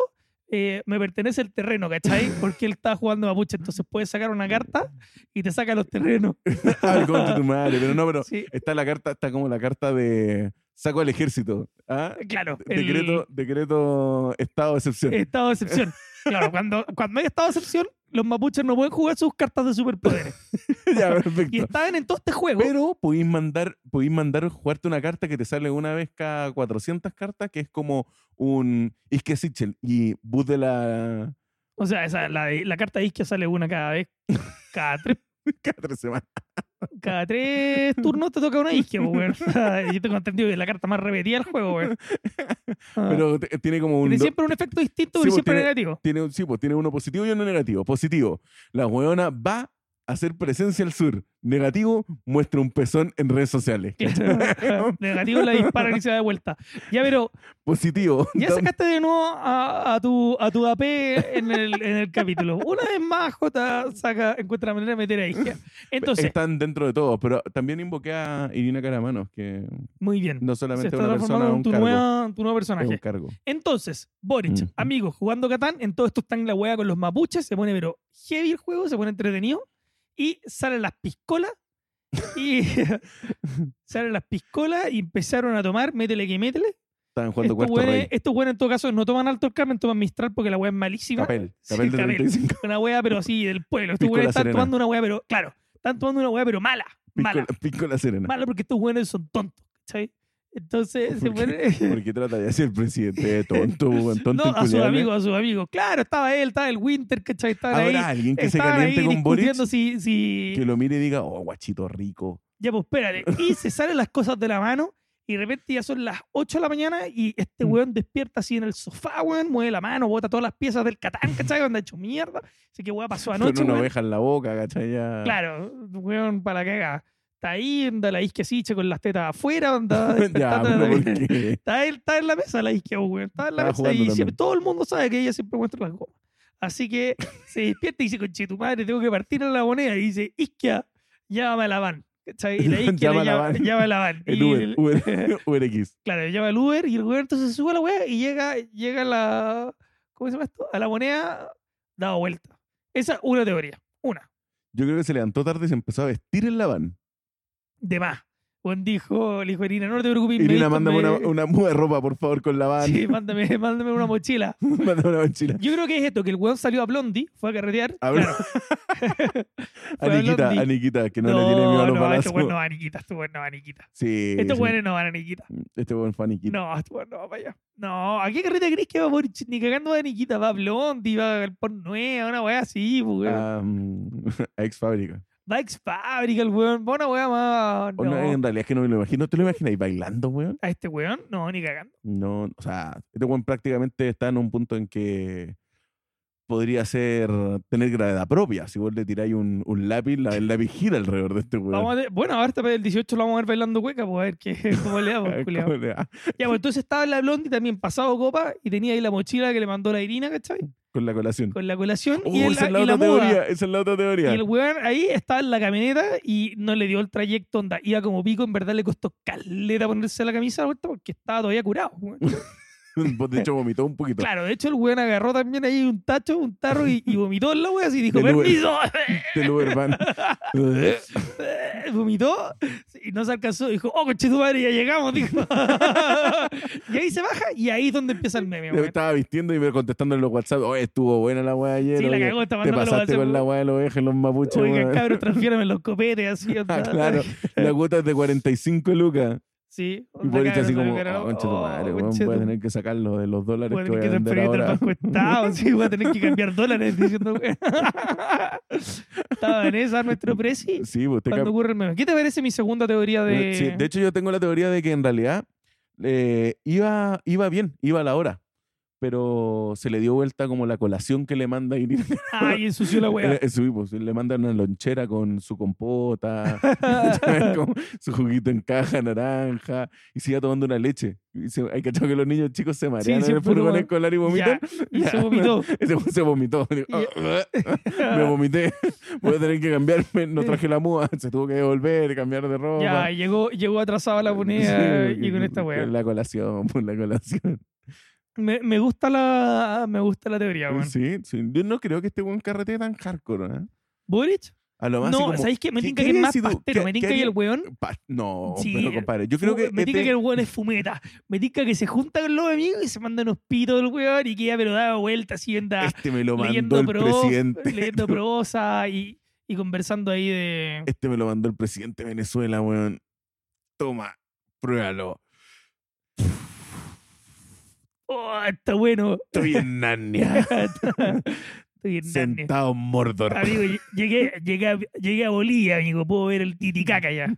Speaker 1: Eh, me pertenece el terreno, ¿cachai? Porque él está jugando mapuche, entonces puedes sacar una carta y te saca los terrenos.
Speaker 2: Al contra tu madre. Pero no, pero
Speaker 1: Sí,
Speaker 2: está la carta, está como la carta de saco al ejército. ¿ah?
Speaker 1: claro. el Eh,
Speaker 2: Decreto, decreto estado de excepción.
Speaker 1: Estado de excepción. Claro, cuando, cuando hay estado de excepción, los mapuches no pueden jugar sus cartas de superpoderes.
Speaker 2: ya,
Speaker 1: Y
Speaker 2: perfecto.
Speaker 1: estaban en todo este juego.
Speaker 2: Pero podéis mandar, podéis mandar jugarte una carta que te sale una vez cada 400 cartas, que es como un Isque Sichel y Bus de la.
Speaker 1: O sea, esa, la, de- la carta de isquia sale una cada vez. Cada tres
Speaker 2: cada tres semanas.
Speaker 1: cada tres turnos te toca una isquia, po, weón. Yo tengo entendido que es la carta más repetida del juego, weón. Ah.
Speaker 2: Pero te- tiene como un.
Speaker 1: tiene
Speaker 2: do-
Speaker 1: siempre un efecto distinto, pero
Speaker 2: Sí, pues,
Speaker 1: siempre
Speaker 2: tiene-
Speaker 1: negativo.
Speaker 2: tiene un- sí, pues tiene uno positivo y uno negativo. Positivo, la hueona va a hacer presencia al sur. Negativo, muestra un pezón en redes sociales.
Speaker 1: Claro. negativo la dispara y se da de vuelta. Ya, pero
Speaker 2: Positivo,
Speaker 1: ya
Speaker 2: da-
Speaker 1: sacaste de nuevo a, a tu, a tu AP en el, en el capítulo. Una vez más, J saca, encuentra la manera de meter a Isquia. Entonces,
Speaker 2: están dentro de todo. Pero también invoqué a Irina Caramanos, que
Speaker 1: muy bien.
Speaker 2: no
Speaker 1: Se
Speaker 2: solamente
Speaker 1: está
Speaker 2: es una persona,
Speaker 1: transformando
Speaker 2: es
Speaker 1: en
Speaker 2: un
Speaker 1: tu,
Speaker 2: cargo.
Speaker 1: nueva- tu nuevo
Speaker 2: Es un
Speaker 1: personaje.
Speaker 2: cargo.
Speaker 1: Entonces, Boric,
Speaker 2: Ujú.
Speaker 1: amigos, jugando Catán, en todo esto están la hueá con los mapuches, se pone pero heavy el juego, se pone entretenido y salen las piscolas y salen las piscolas y empezaron a tomar, métele que métele.
Speaker 2: Estaban jugando
Speaker 1: Estos
Speaker 2: cuarto
Speaker 1: hueones,
Speaker 2: rey.
Speaker 1: estos hueones en todo caso no toman Alto Carmen, toman Mistral porque la hueá es malísima.
Speaker 2: Capel,
Speaker 1: Sí,
Speaker 2: Capel de
Speaker 1: Capel.
Speaker 2: 35.
Speaker 1: Una hueá pero así del pueblo. Estos
Speaker 2: Piscola
Speaker 1: hueones están
Speaker 2: serena.
Speaker 1: tomando una hueá pero, claro, están tomando una hueá pero mala, mala,
Speaker 2: Pico, pico la serena.
Speaker 1: mala porque estos hueones son tontos, ¿cachai? Entonces se
Speaker 2: ¿Por
Speaker 1: ponen...
Speaker 2: Porque trata de hacer presidente tonto, weón, tonto
Speaker 1: No, a sus
Speaker 2: inculiable.
Speaker 1: amigos, a sus amigos. Claro, estaba él, estaba el Winter, ¿cachai? Estaban
Speaker 2: Habrá
Speaker 1: ahí.
Speaker 2: alguien que se
Speaker 1: estaban
Speaker 2: caliente
Speaker 1: ahí
Speaker 2: con Boric,
Speaker 1: discutiendo si, si...
Speaker 2: que lo mire y diga, oh, guachito rico.
Speaker 1: Ya, pues espérate. Y se salen las cosas de la mano y de repente ya son las 8 de la mañana y este
Speaker 2: Mm.
Speaker 1: weón despierta así en el sofá, weón, mueve la mano, bota todas las piezas del Catán, ¿cachai? Anda hecho mierda. Así que, weón, pasó anoche,
Speaker 2: Con una
Speaker 1: weón.
Speaker 2: oveja en la boca, ¿cachai? Ya.
Speaker 1: Claro, weón, para la cagada. Está ahí, anda la isqueciche con las tetas afuera, anda
Speaker 2: ya,
Speaker 1: despertando de la
Speaker 2: pero ¿por
Speaker 1: vida.
Speaker 2: qué?
Speaker 1: Está, él, está en la mesa la isquia, weón. Está en la
Speaker 2: Estaba
Speaker 1: mesa
Speaker 2: jugando
Speaker 1: y siempre,
Speaker 2: también.
Speaker 1: todo el mundo sabe que ella siempre muestra las gomas. Así que se despierta y dice, conche, tu madre, tengo que partir a la moneda. Y dice, isquia, llámame a la van. ¿Cachai? Y la isquia
Speaker 2: Llama
Speaker 1: le
Speaker 2: a la
Speaker 1: llama,
Speaker 2: van.
Speaker 1: llama a la van.
Speaker 2: El
Speaker 1: Y
Speaker 2: Uber,
Speaker 1: el-
Speaker 2: Uber, UberX.
Speaker 1: claro, le llama al Uber y el Uber entonces se sube a la weá y llega, llega a la... ¿Cómo se llama esto? A la moneda dado vuelta. Esa es una teoría. Una.
Speaker 2: Yo creo que se levantó tarde y se empezó a vestir en la van.
Speaker 1: De más. Juan dijo, le dijo, Irina, no te preocupes. me
Speaker 2: Irina,
Speaker 1: visto,
Speaker 2: mándame una,
Speaker 1: me-
Speaker 2: una muda de ropa, por favor, con la van.
Speaker 1: Sí, mándame, mándame una mochila.
Speaker 2: mándame una mochila.
Speaker 1: Yo creo que es esto, que el weón salió a Blondie, fue a carretear.
Speaker 2: A ver.
Speaker 1: claro. Fue a
Speaker 2: Aniquita,
Speaker 1: Blondie.
Speaker 2: Aniquita, que no, le tiene miedo a los
Speaker 1: no,
Speaker 2: balazos.
Speaker 1: Este weón no va a Niquita, este weón no va a Niquita.
Speaker 2: Sí.
Speaker 1: Estos
Speaker 2: sí.
Speaker 1: weones no van a Niquita.
Speaker 2: Este buen fue Aniquita.
Speaker 1: No, este weón no va para allá. No, ¿a qué carrete crees que va por ni cagando va a Niquita? Va a Blondie, va al Por Nueva, una weá así, pues, weón.
Speaker 2: a, mm, a ex fábrica.
Speaker 1: Va a Ex Fábrica el weón, va a una weá más.
Speaker 2: O no,
Speaker 1: no.
Speaker 2: en realidad es que no me lo imagino. ¿Te lo imaginas ahí bailando, weón?
Speaker 1: ¿A este weón? No, ni cagando.
Speaker 2: No, o sea, este weón prácticamente está en un punto en que podría ser tener gravedad propia. Si vos le tiráis un, un lápiz, la, el lápiz gira alrededor de este
Speaker 1: Vamos
Speaker 2: weón.
Speaker 1: a ver- bueno, ahora hasta para el 18 lo vamos a ver bailando hueca, pues a ver qué, cómo le
Speaker 2: A
Speaker 1: damos,
Speaker 2: ver
Speaker 1: culiao.
Speaker 2: Ah, cómo le da.
Speaker 1: Ya, pues entonces estaba la Blondie también pasado copa y tenía ahí la mochila que le mandó la Irina, ¿cachai?
Speaker 2: Con la colación.
Speaker 1: Con la colación y,
Speaker 2: Oh,
Speaker 1: el-
Speaker 2: esa es la
Speaker 1: y la
Speaker 2: otra
Speaker 1: muda.
Speaker 2: teoría. Esa es la otra
Speaker 1: Y
Speaker 2: teoría.
Speaker 1: el weón ahí estaba en la camioneta y no le dio el trayecto, onda. Iba como pico, en verdad le costó caleta ponerse la camisa de vuelta porque estaba todavía curado. weón.
Speaker 2: De hecho, vomitó un poquito.
Speaker 1: Claro, de hecho el weón agarró también ahí un tacho, un tarro y, y vomitó en la wea así y dijo,
Speaker 2: Del Uber.
Speaker 1: permiso.
Speaker 2: Del Uber van.
Speaker 1: vomitó y no se alcanzó. Dijo, oh, coche tu madre, ya llegamos. Dijo. y ahí se baja y ahí es donde empieza el meme.
Speaker 2: Yo
Speaker 1: weón.
Speaker 2: estaba vistiendo y me contestando en los WhatsApp. Oye, estuvo buena la weá ayer.
Speaker 1: Sí, la
Speaker 2: oye,
Speaker 1: cagó, está
Speaker 2: Te
Speaker 1: mandando los
Speaker 2: pasaste con la
Speaker 1: WhatsApp.
Speaker 2: weá de los ovejas y los mapuches.
Speaker 1: Oiga,
Speaker 2: weón.
Speaker 1: cabros, transfiérame los copetes, así.
Speaker 2: Ah,
Speaker 1: onda.
Speaker 2: claro, la cuota es de 45 lucas.
Speaker 1: Sí.
Speaker 2: Y
Speaker 1: onda,
Speaker 2: por
Speaker 1: cabros,
Speaker 2: así como,
Speaker 1: cabros,
Speaker 2: oh, concha tu
Speaker 1: oh,
Speaker 2: madre, weón,
Speaker 1: conche
Speaker 2: voy a
Speaker 1: tu-
Speaker 2: tener que sacarlo de los dólares
Speaker 1: Voy a
Speaker 2: que
Speaker 1: tener
Speaker 2: voy
Speaker 1: que
Speaker 2: a vender
Speaker 1: transferir del
Speaker 2: ahora.
Speaker 1: Banco Estado, sí, voy a tener que cambiar dólares diciendo, weón. Estaba en esa nuestro presi
Speaker 2: Sí, pues, te
Speaker 1: cuando
Speaker 2: cap- eh,
Speaker 1: ocurre el meme. ¿Qué te parece mi segunda teoría de...?
Speaker 2: Sí, de hecho, yo tengo la teoría de que en realidad eh, iba, iba bien, iba a la hora. Pero se le dio vuelta como la colación que le manda Irina.
Speaker 1: Ay, ensució la
Speaker 2: Eh,
Speaker 1: wea.
Speaker 2: eh, sí, pues, le manda una lonchera con su compota, ¿sabes? Como su juguito en caja naranja, y sigue tomando una leche. Y se- hay cachado que los niños chicos se marean en el
Speaker 1: siempre
Speaker 2: furgón
Speaker 1: toman-
Speaker 2: escolar y vomitan.
Speaker 1: pues, Ya, y se
Speaker 2: Ya.
Speaker 1: vomitó.
Speaker 2: Ese weón se vomitó. Me vomité. Voy a tener que cambiarme. No traje la muda. Se tuvo que devolver, cambiar de ropa.
Speaker 1: Ya, llegó, llegó atrasada la moneda
Speaker 2: Sí,
Speaker 1: y con esta wea.
Speaker 2: La colación, por la colación.
Speaker 1: Me, me gusta la me gusta la teoría, weón.
Speaker 2: Sí, sí. Yo no creo que este buen carrete tan hardcore, ¿eh?
Speaker 1: ¿Boric?
Speaker 2: A lo más así
Speaker 1: No,
Speaker 2: como-
Speaker 1: ¿sabéis qué? Me
Speaker 2: ¿qué-
Speaker 1: tinca
Speaker 2: qué
Speaker 1: que es
Speaker 2: harías
Speaker 1: más
Speaker 2: si tú-
Speaker 1: pastero.
Speaker 2: qué-
Speaker 1: Me
Speaker 2: qué
Speaker 1: tinca que el
Speaker 2: harías?
Speaker 1: weón...
Speaker 2: Pa- No,
Speaker 1: Sí, eh,
Speaker 2: pero compadre. Yo creo que.
Speaker 1: me tinca
Speaker 2: este-
Speaker 1: que el weón es fumeta. Me tinca que se junta con los amigos y se manda unos pitos el weón y que ya pero daba vueltas y anda
Speaker 2: Este me lo mandó
Speaker 1: leyendo,
Speaker 2: el
Speaker 1: prosa,
Speaker 2: presidente.
Speaker 1: leyendo prosa y, y conversando ahí de...
Speaker 2: Este me lo mandó el presidente de Venezuela, weón. Toma, pruébalo.
Speaker 1: Oh, está bueno.
Speaker 2: Estoy en Narnia.
Speaker 1: Estoy en Narnia.
Speaker 2: sentado en Mordor.
Speaker 1: Amigo, ll- llegué, llegué, a, llegué a Bolivia, amigo. Puedo ver el titicaca ya.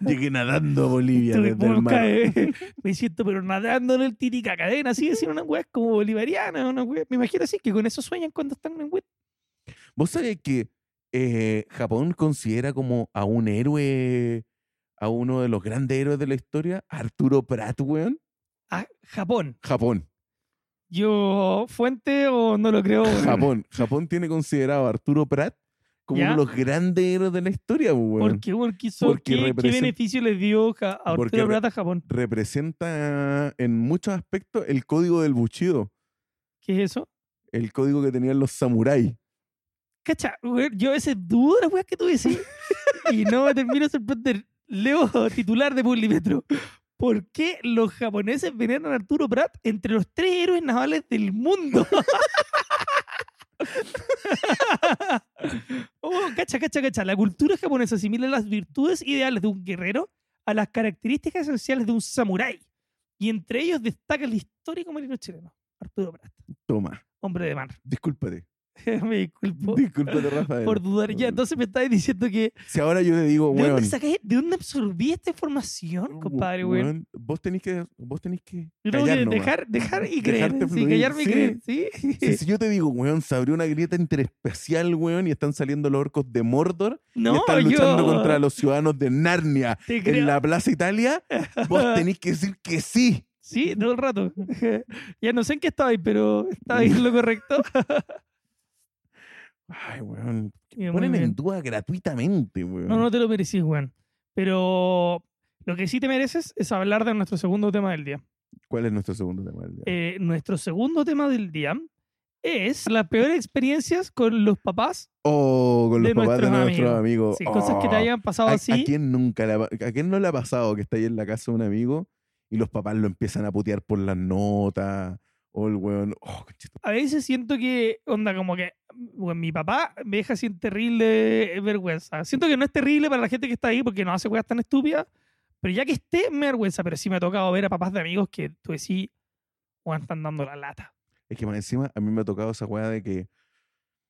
Speaker 2: Llegué nadando a Bolivia
Speaker 1: Estuve
Speaker 2: desde
Speaker 1: por
Speaker 2: el mar.
Speaker 1: caer. me siento pero nadando en el titicaca. Deben así decir una weá como bolivariana. Una weá. Me imagino así que con eso sueñan cuando están en web.
Speaker 2: ¿Vos sabés que eh, Japón considera como a un héroe, a uno de los grandes héroes de la historia, Arturo Prat, weón?
Speaker 1: A Ah, Japón.
Speaker 2: Japón.
Speaker 1: Yo, fuente o no lo creo. weón?
Speaker 2: Japón. Japón tiene considerado a Arturo Prat como
Speaker 1: ¿Ya?
Speaker 2: uno de los grandes héroes de la historia, pues, weón.
Speaker 1: ¿Por qué, weón? ¿Qué hizo?
Speaker 2: Porque
Speaker 1: ¿Qué- qué
Speaker 2: representa-
Speaker 1: beneficio les dio Ja- a
Speaker 2: Porque
Speaker 1: Ortega
Speaker 2: re-
Speaker 1: Plata a Japón?
Speaker 2: Representa en muchos aspectos el código del buchido,
Speaker 1: ¿Qué es eso?
Speaker 2: el código que tenían los samuráis.
Speaker 1: Cacha, weón, yo a veces dudo de las weas que tú decís y no me termino de sorprender. Leo titular de Publimetro. ¿Por qué los japoneses veneran a Arturo Pratt entre los tres héroes navales del mundo? oh, cacha, cacha, cacha. La cultura japonesa asimila las virtudes ideales de un guerrero a las características esenciales de un samurái. Y entre ellos destaca el histórico marino chileno, Arturo Pratt,
Speaker 2: Toma,
Speaker 1: hombre de mar.
Speaker 2: discúlpate.
Speaker 1: me disculpo
Speaker 2: Discúlpate, Rafael.
Speaker 1: por dudar. Ya, entonces me estáis diciendo que.
Speaker 2: Si ahora yo te digo,
Speaker 1: ¿De
Speaker 2: weón.
Speaker 1: dónde saqué- ¿De dónde absorbí esta información,
Speaker 2: Wo-
Speaker 1: compadre, weón?
Speaker 2: weón, Vos tenés que. Vos tenés que.
Speaker 1: Yo tengo que
Speaker 2: callar nomás.
Speaker 1: dejar, dejar y creer.
Speaker 2: Dejarte
Speaker 1: Sí,
Speaker 2: fluir,
Speaker 1: callarme
Speaker 2: sí.
Speaker 1: y creer, ¿sí?
Speaker 2: Si, si yo te digo, weón, se abrió una grieta interespacial, weón, y están saliendo los orcos de Mordor y
Speaker 1: No,
Speaker 2: están luchando
Speaker 1: yo.
Speaker 2: contra los ciudadanos de Narnia
Speaker 1: Te creo.
Speaker 2: en la Plaza Italia, vos tenés que decir que sí.
Speaker 1: Sí, todo el rato. ya no sé en qué estabais, pero estabais en lo correcto.
Speaker 2: Ay, weón.
Speaker 1: Bien, muy
Speaker 2: Ponen en
Speaker 1: bien.
Speaker 2: duda gratuitamente, weón.
Speaker 1: No, no te lo merecís, weón. Pero lo que sí te mereces es hablar de nuestro segundo tema del día.
Speaker 2: ¿Cuál es nuestro segundo tema del día?
Speaker 1: Eh, nuestro segundo tema del día es las peores experiencias con los papás.
Speaker 2: oh, con los
Speaker 1: de
Speaker 2: papás de
Speaker 1: nuestros
Speaker 2: nuestros amigos.
Speaker 1: Sí, cosas que te
Speaker 2: Oh.
Speaker 1: hayan pasado
Speaker 2: ¿A,
Speaker 1: así.
Speaker 2: a quién nunca le ha pa- a quién no le ha pasado que está ahí en la casa de un amigo y los papás lo empiezan a putear por las notas? O el weón, oh, conchito,
Speaker 1: a veces siento que, onda, como que bueno, mi papá me deja sin terrible vergüenza. Siento que no es terrible para la gente que está ahí porque no hace cosas tan estúpidas, pero ya que esté, me da vergüenza. Pero sí me ha tocado ver a papás de amigos que tú decís, Juan, están dando la lata.
Speaker 2: Es que más encima a mí me ha tocado esa weá de que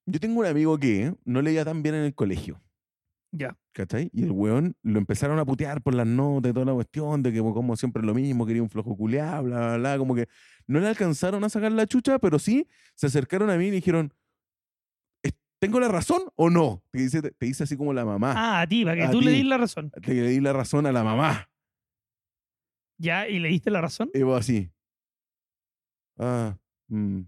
Speaker 2: yo tengo un amigo que no leía tan bien en el colegio,
Speaker 1: Ya.
Speaker 2: ¿cachai? Y el weón lo empezaron a putear por las notas y toda la cuestión de que pues, como siempre lo mismo, quería un flojo culiá, bla, bla, bla, como que no le alcanzaron a sacar la chucha, pero sí se acercaron a mí y dijeron, "Es- ¿tengo la razón o no? Te dice, te dice así como la mamá.
Speaker 1: Ah, a ti, para que
Speaker 2: a
Speaker 1: tú le
Speaker 2: ti.
Speaker 1: dis la razón.
Speaker 2: Hasta que le di la razón a la mamá.
Speaker 1: Ya, y le diste la razón.
Speaker 2: Y vos así. Ah, mm,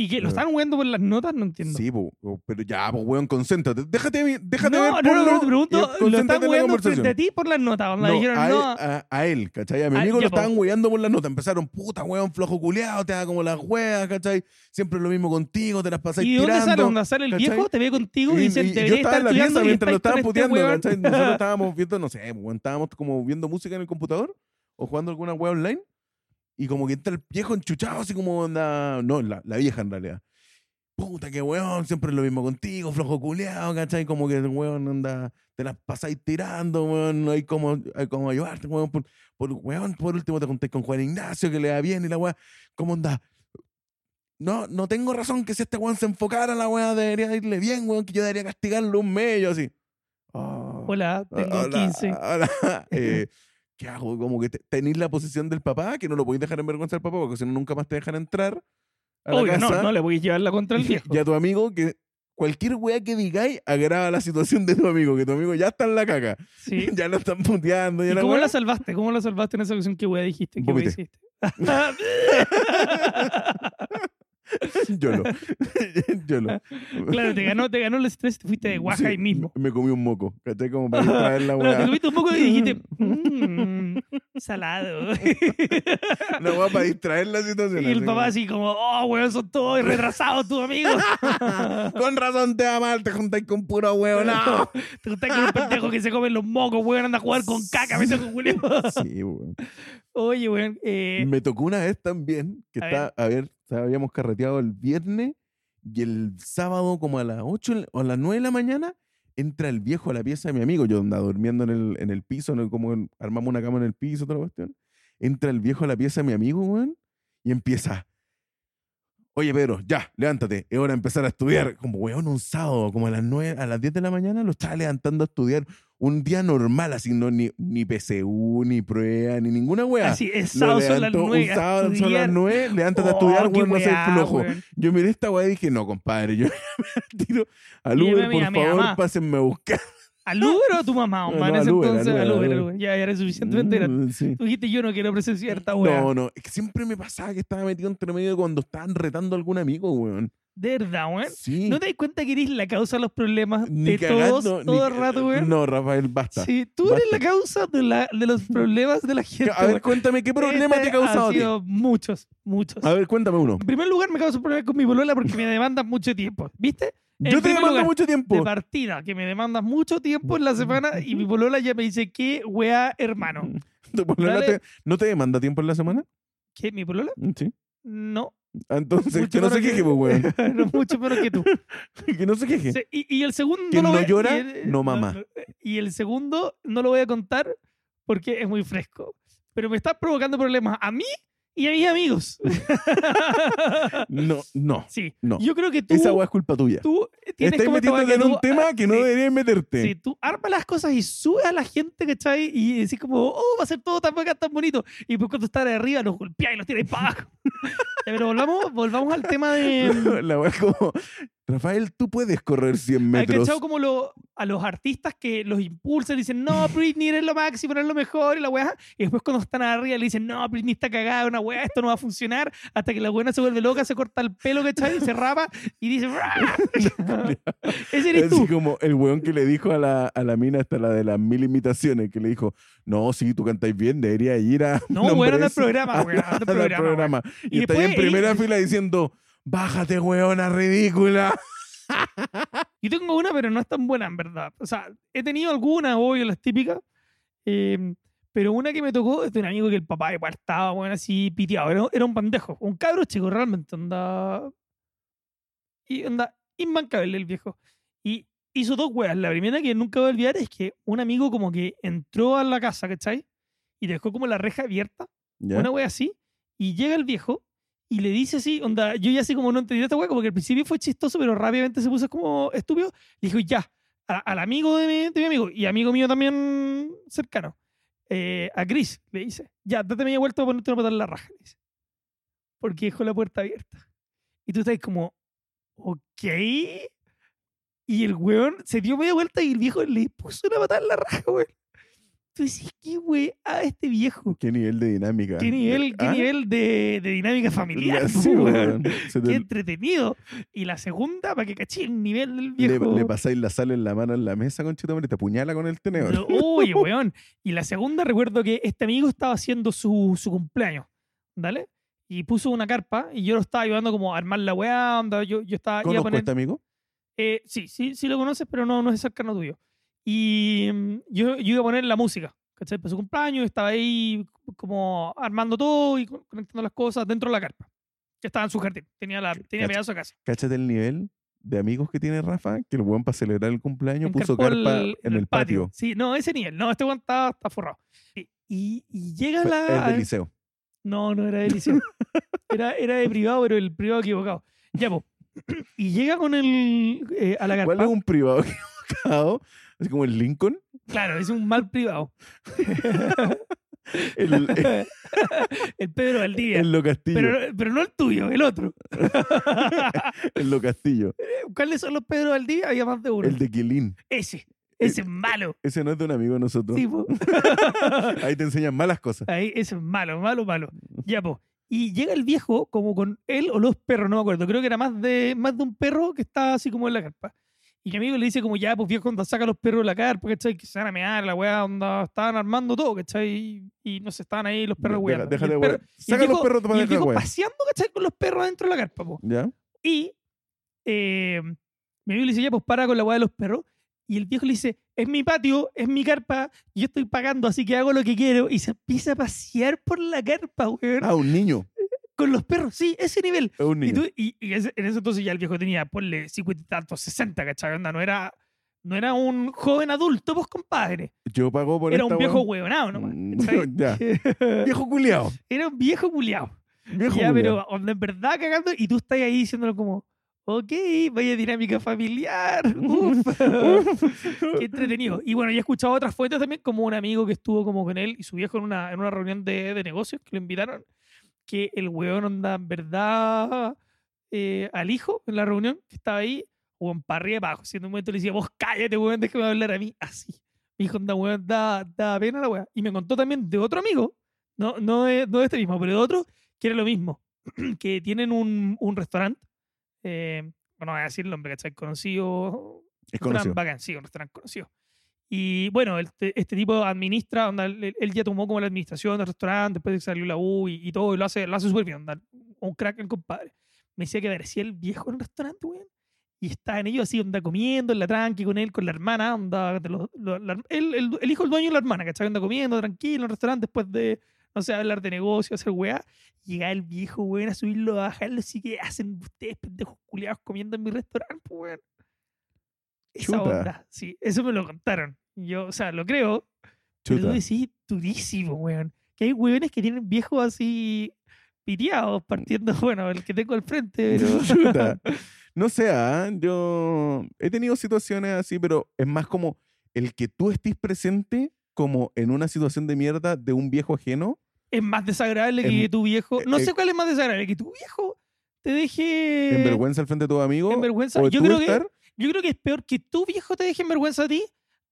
Speaker 1: Y que lo
Speaker 2: Eh.
Speaker 1: están jugando por las notas, no entiendo.
Speaker 2: Sí, po, po, pero ya, pues, weón, concéntrate. Déjate, vi- déjate
Speaker 1: no,
Speaker 2: ver
Speaker 1: no, no, no,
Speaker 2: porno
Speaker 1: te
Speaker 2: y
Speaker 1: pregunto, ¿lo
Speaker 2: concéntrate
Speaker 1: están
Speaker 2: en la
Speaker 1: jugando
Speaker 2: conversación.
Speaker 1: frente a ti por las notas? onda,
Speaker 2: No,
Speaker 1: dijeron,
Speaker 2: a, él,
Speaker 1: no,
Speaker 2: a- a él, ¿cachai? A mi
Speaker 1: Ah,
Speaker 2: amigo
Speaker 1: ya,
Speaker 2: lo
Speaker 1: po.
Speaker 2: estaban hueando por la nota. Empezaron, puta, weón, flojo culeado, te da como las weas, ¿cachai? Siempre lo mismo contigo, te las pasáis
Speaker 1: ¿Y de dónde sale?
Speaker 2: tirando.
Speaker 1: ¿Dónde sale el
Speaker 2: ¿cachai?
Speaker 1: viejo? Te ve contigo y,
Speaker 2: Y-
Speaker 1: dice,
Speaker 2: y yo
Speaker 1: debería
Speaker 2: estaba
Speaker 1: estar
Speaker 2: en la
Speaker 1: estudiando
Speaker 2: pieza
Speaker 1: y
Speaker 2: mientras lo
Speaker 1: estáis
Speaker 2: estaban
Speaker 1: con este
Speaker 2: puteando,
Speaker 1: weón.
Speaker 2: ¿cachai? Nosotros estábamos viendo, no sé, weón, estábamos como viendo música en el computador o jugando alguna wea online. Y como que entra el viejo enchuchado, así como onda. No, la, la vieja en realidad. Puta, qué weón, siempre es lo mismo contigo, flojo culeado, ¿cachai? Como que weón anda, te las pasáis tirando, weón, no hay como, hay como ayudarte, weón. Por, por- weón, por último te juntáis con Juan Ignacio, que le da bien y la weá, ¿cómo onda? No, no tengo razón que si este weón se enfocara, la weá debería irle bien, weón, que yo debería castigarlo un mes, y yo así. "Ah,
Speaker 1: Hola, tengo
Speaker 2: hola,
Speaker 1: 15.
Speaker 2: hola, eh, ¿Qué hago? Como que te- tenés la posición del papá, que no lo podéis dejar en vergüenza al papá, porque si no, nunca más te dejan entrar. A la
Speaker 1: Obvio, no,
Speaker 2: casa.
Speaker 1: no le voy a llevar la contra el viejo.
Speaker 2: Y a tu amigo que cualquier weá que digáis agrava la situación de tu amigo, que tu amigo ya está en la caca.
Speaker 1: Sí.
Speaker 2: Ya lo están puteando. Ya
Speaker 1: ¿Y
Speaker 2: la
Speaker 1: cómo
Speaker 2: weá.
Speaker 1: la salvaste? ¿Cómo la salvaste en esa ocasión? ¿Qué weá dijiste? ¿Qué weá
Speaker 2: Vomité.
Speaker 1: hiciste?
Speaker 2: Yolo. Yolo.
Speaker 1: claro, te ganó, te ganó el estrés, te fuiste de guaja
Speaker 2: Sí,
Speaker 1: ahí mismo.
Speaker 2: Me comí un moco, ¿cachai? Como para traer la
Speaker 1: Claro, te
Speaker 2: weá.
Speaker 1: comiste un poco y dijiste, mmm, salado.
Speaker 2: La weá para distraer la situación.
Speaker 1: y el
Speaker 2: así
Speaker 1: papá
Speaker 2: como,
Speaker 1: así como, oh, weón, son todos retrasados tus amigos.
Speaker 2: Con razón te va mal, te juntáis con puro weón. No.
Speaker 1: Te juntas con los pendejos que se comen los mocos, weón, anda a jugar con caca, vete con Julio.
Speaker 2: Sí, weón.
Speaker 1: Oye, weón, eh,
Speaker 2: Me tocó una vez también, que
Speaker 1: A
Speaker 2: está, a ver, o sea, habíamos carreteado el viernes y el sábado como a las 8 o a las 9 de la mañana entra el viejo a la pieza de mi amigo, yo andaba durmiendo en el, en el piso, en el- como en- armamos una cama en el piso, otra cuestión. Entra el viejo a la pieza de mi amigo, weón, y empieza. Oye, Pedro, ya, levántate, es hora de empezar a estudiar. Como, weón, un sábado, como a las 9, a las 10 de la mañana, lo estaba levantando a estudiar. Un día normal, así, no, ni, ni PSU, ni prueba, ni ninguna wea.
Speaker 1: así es,
Speaker 2: Lo
Speaker 1: sábado son las
Speaker 2: levantó,
Speaker 1: nueve.
Speaker 2: Un
Speaker 1: a
Speaker 2: sábado son
Speaker 1: estudiar.
Speaker 2: las 9, levántate a
Speaker 1: Oh,
Speaker 2: estudiar,
Speaker 1: qué
Speaker 2: weón, no seas
Speaker 1: weá,
Speaker 2: flojo.
Speaker 1: weón.
Speaker 2: Yo miré esta weá y dije, no, compadre, yo me tiro al
Speaker 1: Y yo
Speaker 2: Uber,
Speaker 1: me- a
Speaker 2: por
Speaker 1: mi mamá.
Speaker 2: favor, pásenme a buscar.
Speaker 1: ¿Al Uber o a tu mamá?
Speaker 2: No,
Speaker 1: Omar? en
Speaker 2: no, al
Speaker 1: ese
Speaker 2: Uber, al
Speaker 1: entonces,
Speaker 2: Uber,
Speaker 1: al
Speaker 2: al
Speaker 1: Uber, al
Speaker 2: Uber.
Speaker 1: Uber. Ya era suficientemente grande.
Speaker 2: Mm, sí.
Speaker 1: Tú dijiste, yo no quiero presenciar esta weá.
Speaker 2: No, no, es que siempre me pasaba que estaba metido entre medio de cuando estaban retando a algún amigo, weón.
Speaker 1: De verdad, weón.
Speaker 2: Sí.
Speaker 1: ¿No te das cuenta que eres la causa de los problemas
Speaker 2: Ni
Speaker 1: de
Speaker 2: cagando,
Speaker 1: todos,
Speaker 2: ni
Speaker 1: todo el
Speaker 2: ca-
Speaker 1: rato, weón?
Speaker 2: No, Rafael, basta.
Speaker 1: sí, tú eres la causa de, la- de los problemas de la gente.
Speaker 2: A ver,
Speaker 1: weón.
Speaker 2: cuéntame, ¿qué problema
Speaker 1: Este
Speaker 2: te ha causado
Speaker 1: ha
Speaker 2: a ti?
Speaker 1: sido muchos, muchos.
Speaker 2: A ver, cuéntame uno.
Speaker 1: En primer lugar, me causa problemas con mi bolola porque me demandan mucho tiempo. ¿Viste? En
Speaker 2: Yo te
Speaker 1: primer
Speaker 2: demando
Speaker 1: lugar,
Speaker 2: mucho
Speaker 1: De
Speaker 2: tiempo.
Speaker 1: partida, que me demandan mucho tiempo en la semana y mi bolola ya me dice, ¿qué weá,
Speaker 2: Mm.
Speaker 1: hermano?
Speaker 2: ¿Tu polola
Speaker 1: Dale.
Speaker 2: te- ¿No te demanda tiempo en la semana?
Speaker 1: ¿Qué? ¿Mi bolola?
Speaker 2: Sí. Ah,
Speaker 1: No.
Speaker 2: Entonces, que
Speaker 1: Mucho
Speaker 2: no se
Speaker 1: menos que-
Speaker 2: queje, pues, weón.
Speaker 1: no mucho menos que tú.
Speaker 2: Que no se queje.
Speaker 1: Se- Y, y el segundo
Speaker 2: Quien
Speaker 1: lo
Speaker 2: no
Speaker 1: voy a-
Speaker 2: llora,
Speaker 1: y el- eh,
Speaker 2: no mamá.
Speaker 1: Y el segundo no lo voy a contar porque es muy fresco. Pero me está provocando problemas a mí y a mis amigos.
Speaker 2: No, no.
Speaker 1: sí.
Speaker 2: No.
Speaker 1: Yo creo que tú,
Speaker 2: Esa weá es culpa tuya.
Speaker 1: tú tienes
Speaker 2: Estás
Speaker 1: como esta weá
Speaker 2: metiéndote en
Speaker 1: que
Speaker 2: un
Speaker 1: tú- ah,
Speaker 2: tema que no
Speaker 1: sí.
Speaker 2: deberías meterte.
Speaker 1: Sí, tú armas las cosas y subes a la gente, ¿cachai? Y decís como, oh, va a ser todo tan bacán, tan bonito. Y pues cuando estás de arriba, los golpeáis y los tiráis para abajo. Ya, Pero volvamos, volvamos al tema de...
Speaker 2: La weá es como, Rafael, tú puedes correr 100
Speaker 1: ¿Hay
Speaker 2: metros.
Speaker 1: cachado como lo- a los artistas que los impulsan y dicen, no, Britney eres lo máximo, eres lo mejor y la weá? Y después cuando están arriba le dicen, no, Britney está cagada, una weá, esto no va a funcionar. Hasta que la buena se vuelve loca, se corta el pelo, ¿cachai? Se rapa y dice, "Rah". Ese eres
Speaker 2: Así
Speaker 1: tú.
Speaker 2: como el weón que le dijo a la, a la mina hasta la de las mil imitaciones, que le dijo, no, sí, tú cantáis bien, deberías ir a...
Speaker 1: No,
Speaker 2: un
Speaker 1: weón, anda al
Speaker 2: hombre
Speaker 1: programa, weón, anda al
Speaker 2: ese-
Speaker 1: programa, weón.
Speaker 2: Y,
Speaker 1: Y
Speaker 2: está ahí en
Speaker 1: después-
Speaker 2: primera fila diciendo, bájate, weona, ridícula.
Speaker 1: Yo tengo una, pero no es tan buena, en verdad. O sea, he tenido algunas, obvio, las típicas. eh, pero una que me tocó es de un amigo que el papá igual estaba, bueno, así piteado. Era, era un pendejo, un cabro chico, realmente. Onda. Y onda, imbancable el viejo. Y hizo dos weas. La primera que nunca voy a olvidar es que un amigo, como que entró a la casa, ¿cachai? Y dejó como la reja abierta
Speaker 2: ¿Ya?
Speaker 1: una wea así, y llega el viejo y le dice así, onda, yo ya así como no entendí esta wea, como que al principio fue chistoso, pero rápidamente se puso como estúpido, le dijo, ya, a- al amigo de mi, de mi amigo, y amigo mío también cercano, eh, a Chris, le dice, ya, date media vuelta para ponerte una patada en la raja, le dice, porque dejó la puerta abierta. Y tú estás como, ok. Y el weón se dio media vuelta y el viejo le puso una patada en la raja, weón. tú decís, qué wea a este viejo.
Speaker 2: Qué nivel de dinámica.
Speaker 1: Qué nivel, qué
Speaker 2: ¿Ah?
Speaker 1: nivel de, de dinámica familiar,
Speaker 2: Ya,
Speaker 1: po,
Speaker 2: sí,
Speaker 1: weón.
Speaker 2: weón. Se
Speaker 1: Qué
Speaker 2: te-
Speaker 1: entretenido. Y la segunda, para que caché el nivel del
Speaker 2: le,
Speaker 1: viejo.
Speaker 2: le pasáis la sal en la mano en la mesa, conchetumare, y te apuñala con el tenedor.
Speaker 1: Pero, Oye, weón. Y la segunda, recuerdo que este amigo estaba haciendo su, su cumpleaños, ¿dale? Y puso una carpa y yo lo estaba ayudando como a armar la weá, onda, yo, yo estaba... iba a
Speaker 2: ¿Conozco
Speaker 1: poner-
Speaker 2: a este amigo?
Speaker 1: Eh, sí, sí, sí lo conoces, pero no, no es cercano tuyo. Y mm, yo, yo iba a poner la música, ¿cachai? Para su cumpleaños, estaba ahí como armando todo y co- conectando las cosas dentro de la carpa, que estaba en su jardín, tenía, la, tenía
Speaker 2: cacha.
Speaker 1: pedazo de casa.
Speaker 2: Cáchate el nivel de amigos que tiene Rafa, que el weón para celebrar el cumpleaños puso
Speaker 1: Encarpó el-
Speaker 2: carpa en el patio.
Speaker 1: Sí, no, ese nivel, no, este guan está, está forrado. Y, y- y llega
Speaker 2: Fue-
Speaker 1: la...
Speaker 2: Es del liceo.
Speaker 1: No, no era de liceo. Era, era de privado, pero el privado equivocado. Ya, po. Y llega con el. eh, a la carpa.
Speaker 2: ¿Cuál es un privado equivocado? Así como el Lincoln.
Speaker 1: Claro, es un mal privado.
Speaker 2: El, el,
Speaker 1: El Pedro Valdivia.
Speaker 2: el Lo Castillo.
Speaker 1: pero, pero no el tuyo, el otro.
Speaker 2: El Lo Castillo.
Speaker 1: ¿Cuáles son los Pedro Valdivia? Había más de uno.
Speaker 2: El de Quilín.
Speaker 1: Ese. Ese es malo.
Speaker 2: Ese no es de un amigo de nosotros.
Speaker 1: Sí, po.
Speaker 2: Ahí te enseñan malas cosas.
Speaker 1: Ahí, ese es malo, malo, malo. Ya, po. Y llega el viejo como con él o los perros, no me acuerdo. Creo que era más de, más de un perro que estaba así como en la carpa. Y mi amigo le dice como, ya, pues viejo, onda, saca a los perros de la carpa, ¿cachai? Que se van a mear, la weá, onda, estaban armando todo, ¿cachai? Y, y no sé, estaban ahí los perros,
Speaker 2: Deja-
Speaker 1: weá.
Speaker 2: Déjate,
Speaker 1: el
Speaker 2: weón.
Speaker 1: perro- y el
Speaker 2: Saca los
Speaker 1: viejo-
Speaker 2: perros, te van
Speaker 1: y
Speaker 2: a
Speaker 1: el
Speaker 2: dejar,
Speaker 1: viejo
Speaker 2: weón.
Speaker 1: paseando, ¿cachai? Con los perros dentro de la carpa, po.
Speaker 2: ¿Ya?
Speaker 1: Y eh, mi amigo le dice, ya, pues para con la weá de los perros. Y el viejo le dice, es mi patio, es mi carpa, yo estoy pagando, así que hago lo que quiero. Y se empieza a pasear por la carpa, weón.
Speaker 2: Ah, un niño.
Speaker 1: Con los perros, sí, ese nivel.
Speaker 2: Es un niño.
Speaker 1: Y, tú- y- y ese- en ese entonces ya el viejo tenía, ponle 50 y tantos, 60, ¿cachai? Onda, no era, no era un joven adulto, pues compadre.
Speaker 2: Yo pago por
Speaker 1: Era
Speaker 2: esta
Speaker 1: un viejo
Speaker 2: weón.
Speaker 1: huevonado nomás.
Speaker 2: Mm,
Speaker 1: ¿cachai?
Speaker 2: ya. Viejo culiao.
Speaker 1: era un viejo culiao.
Speaker 2: Viejo
Speaker 1: Ya,
Speaker 2: culiao.
Speaker 1: pero onda, en verdad cagando y tú estás ahí diciéndolo como, ok, vaya dinámica familiar, uf, qué entretenido. Y bueno, yo he escuchado otras fuentes también, como un amigo que estuvo como con él y su viejo en una, en una reunión de, de negocios que lo invitaron, que el weón onda, en verdad, eh, al hijo en la reunión que estaba ahí, weón, para arriba y para abajo. Si en un momento le decía, vos cállate, weón, déjame hablar a mí, así. Mi hijo onda, weón, da, da pena la weá. Y me contó también de otro amigo, no, no, de, no de este mismo, pero de otro, que era lo mismo, que tienen un, un restaurante, eh, bueno, voy a decir el nombre, ¿cachai? Conocido,
Speaker 2: Es
Speaker 1: restaurante
Speaker 2: conocido.
Speaker 1: bacán, sí, un restaurante conocido. Y bueno, este, este tipo administra, onda, él, él ya tomó como la administración del restaurante, después de que salió la U y, y todo, y lo hace, lo hace súper bien, onda, un crack el compadre. Me decía que parecía el viejo en el restaurante, weón. Y estaban ellos así, onda, comiendo en la tranqui con él, con la hermana, onda, de los- lo- la- el, el- el hijo del dueño y la hermana, ¿cachai? Onda comiendo tranquilo en el restaurante después de, no sé, hablar de negocio, hacer weá. Llega el viejo, weón, a subirlo, a bajarlo, así que hacen ustedes, pendejos culiados, comiendo en mi restaurante, pues, weón. Esa
Speaker 2: Chuta.
Speaker 1: onda, sí, eso me lo contaron. Yo, o sea, lo creo, pero tú
Speaker 2: Chuta.
Speaker 1: decís durísimo, weón. Que hay weones que tienen viejos así piteados, partiendo, bueno, el que tengo al frente, pero.
Speaker 2: Chuta. No sé, ah, yo he tenido situaciones así, pero es más como el que tú estés presente como en una situación de mierda de un viejo ajeno.
Speaker 1: es más desagradable que
Speaker 2: Em-
Speaker 1: tu viejo. No
Speaker 2: eh,
Speaker 1: sé cuál es más desagradable, que tu viejo te deje.
Speaker 2: en vergüenza al frente de tu amigo.
Speaker 1: Eh, en vergüenza.
Speaker 2: O
Speaker 1: Yo
Speaker 2: tú
Speaker 1: creo que-
Speaker 2: estar.
Speaker 1: Yo creo que es peor que tu viejo te deje en vergüenza a ti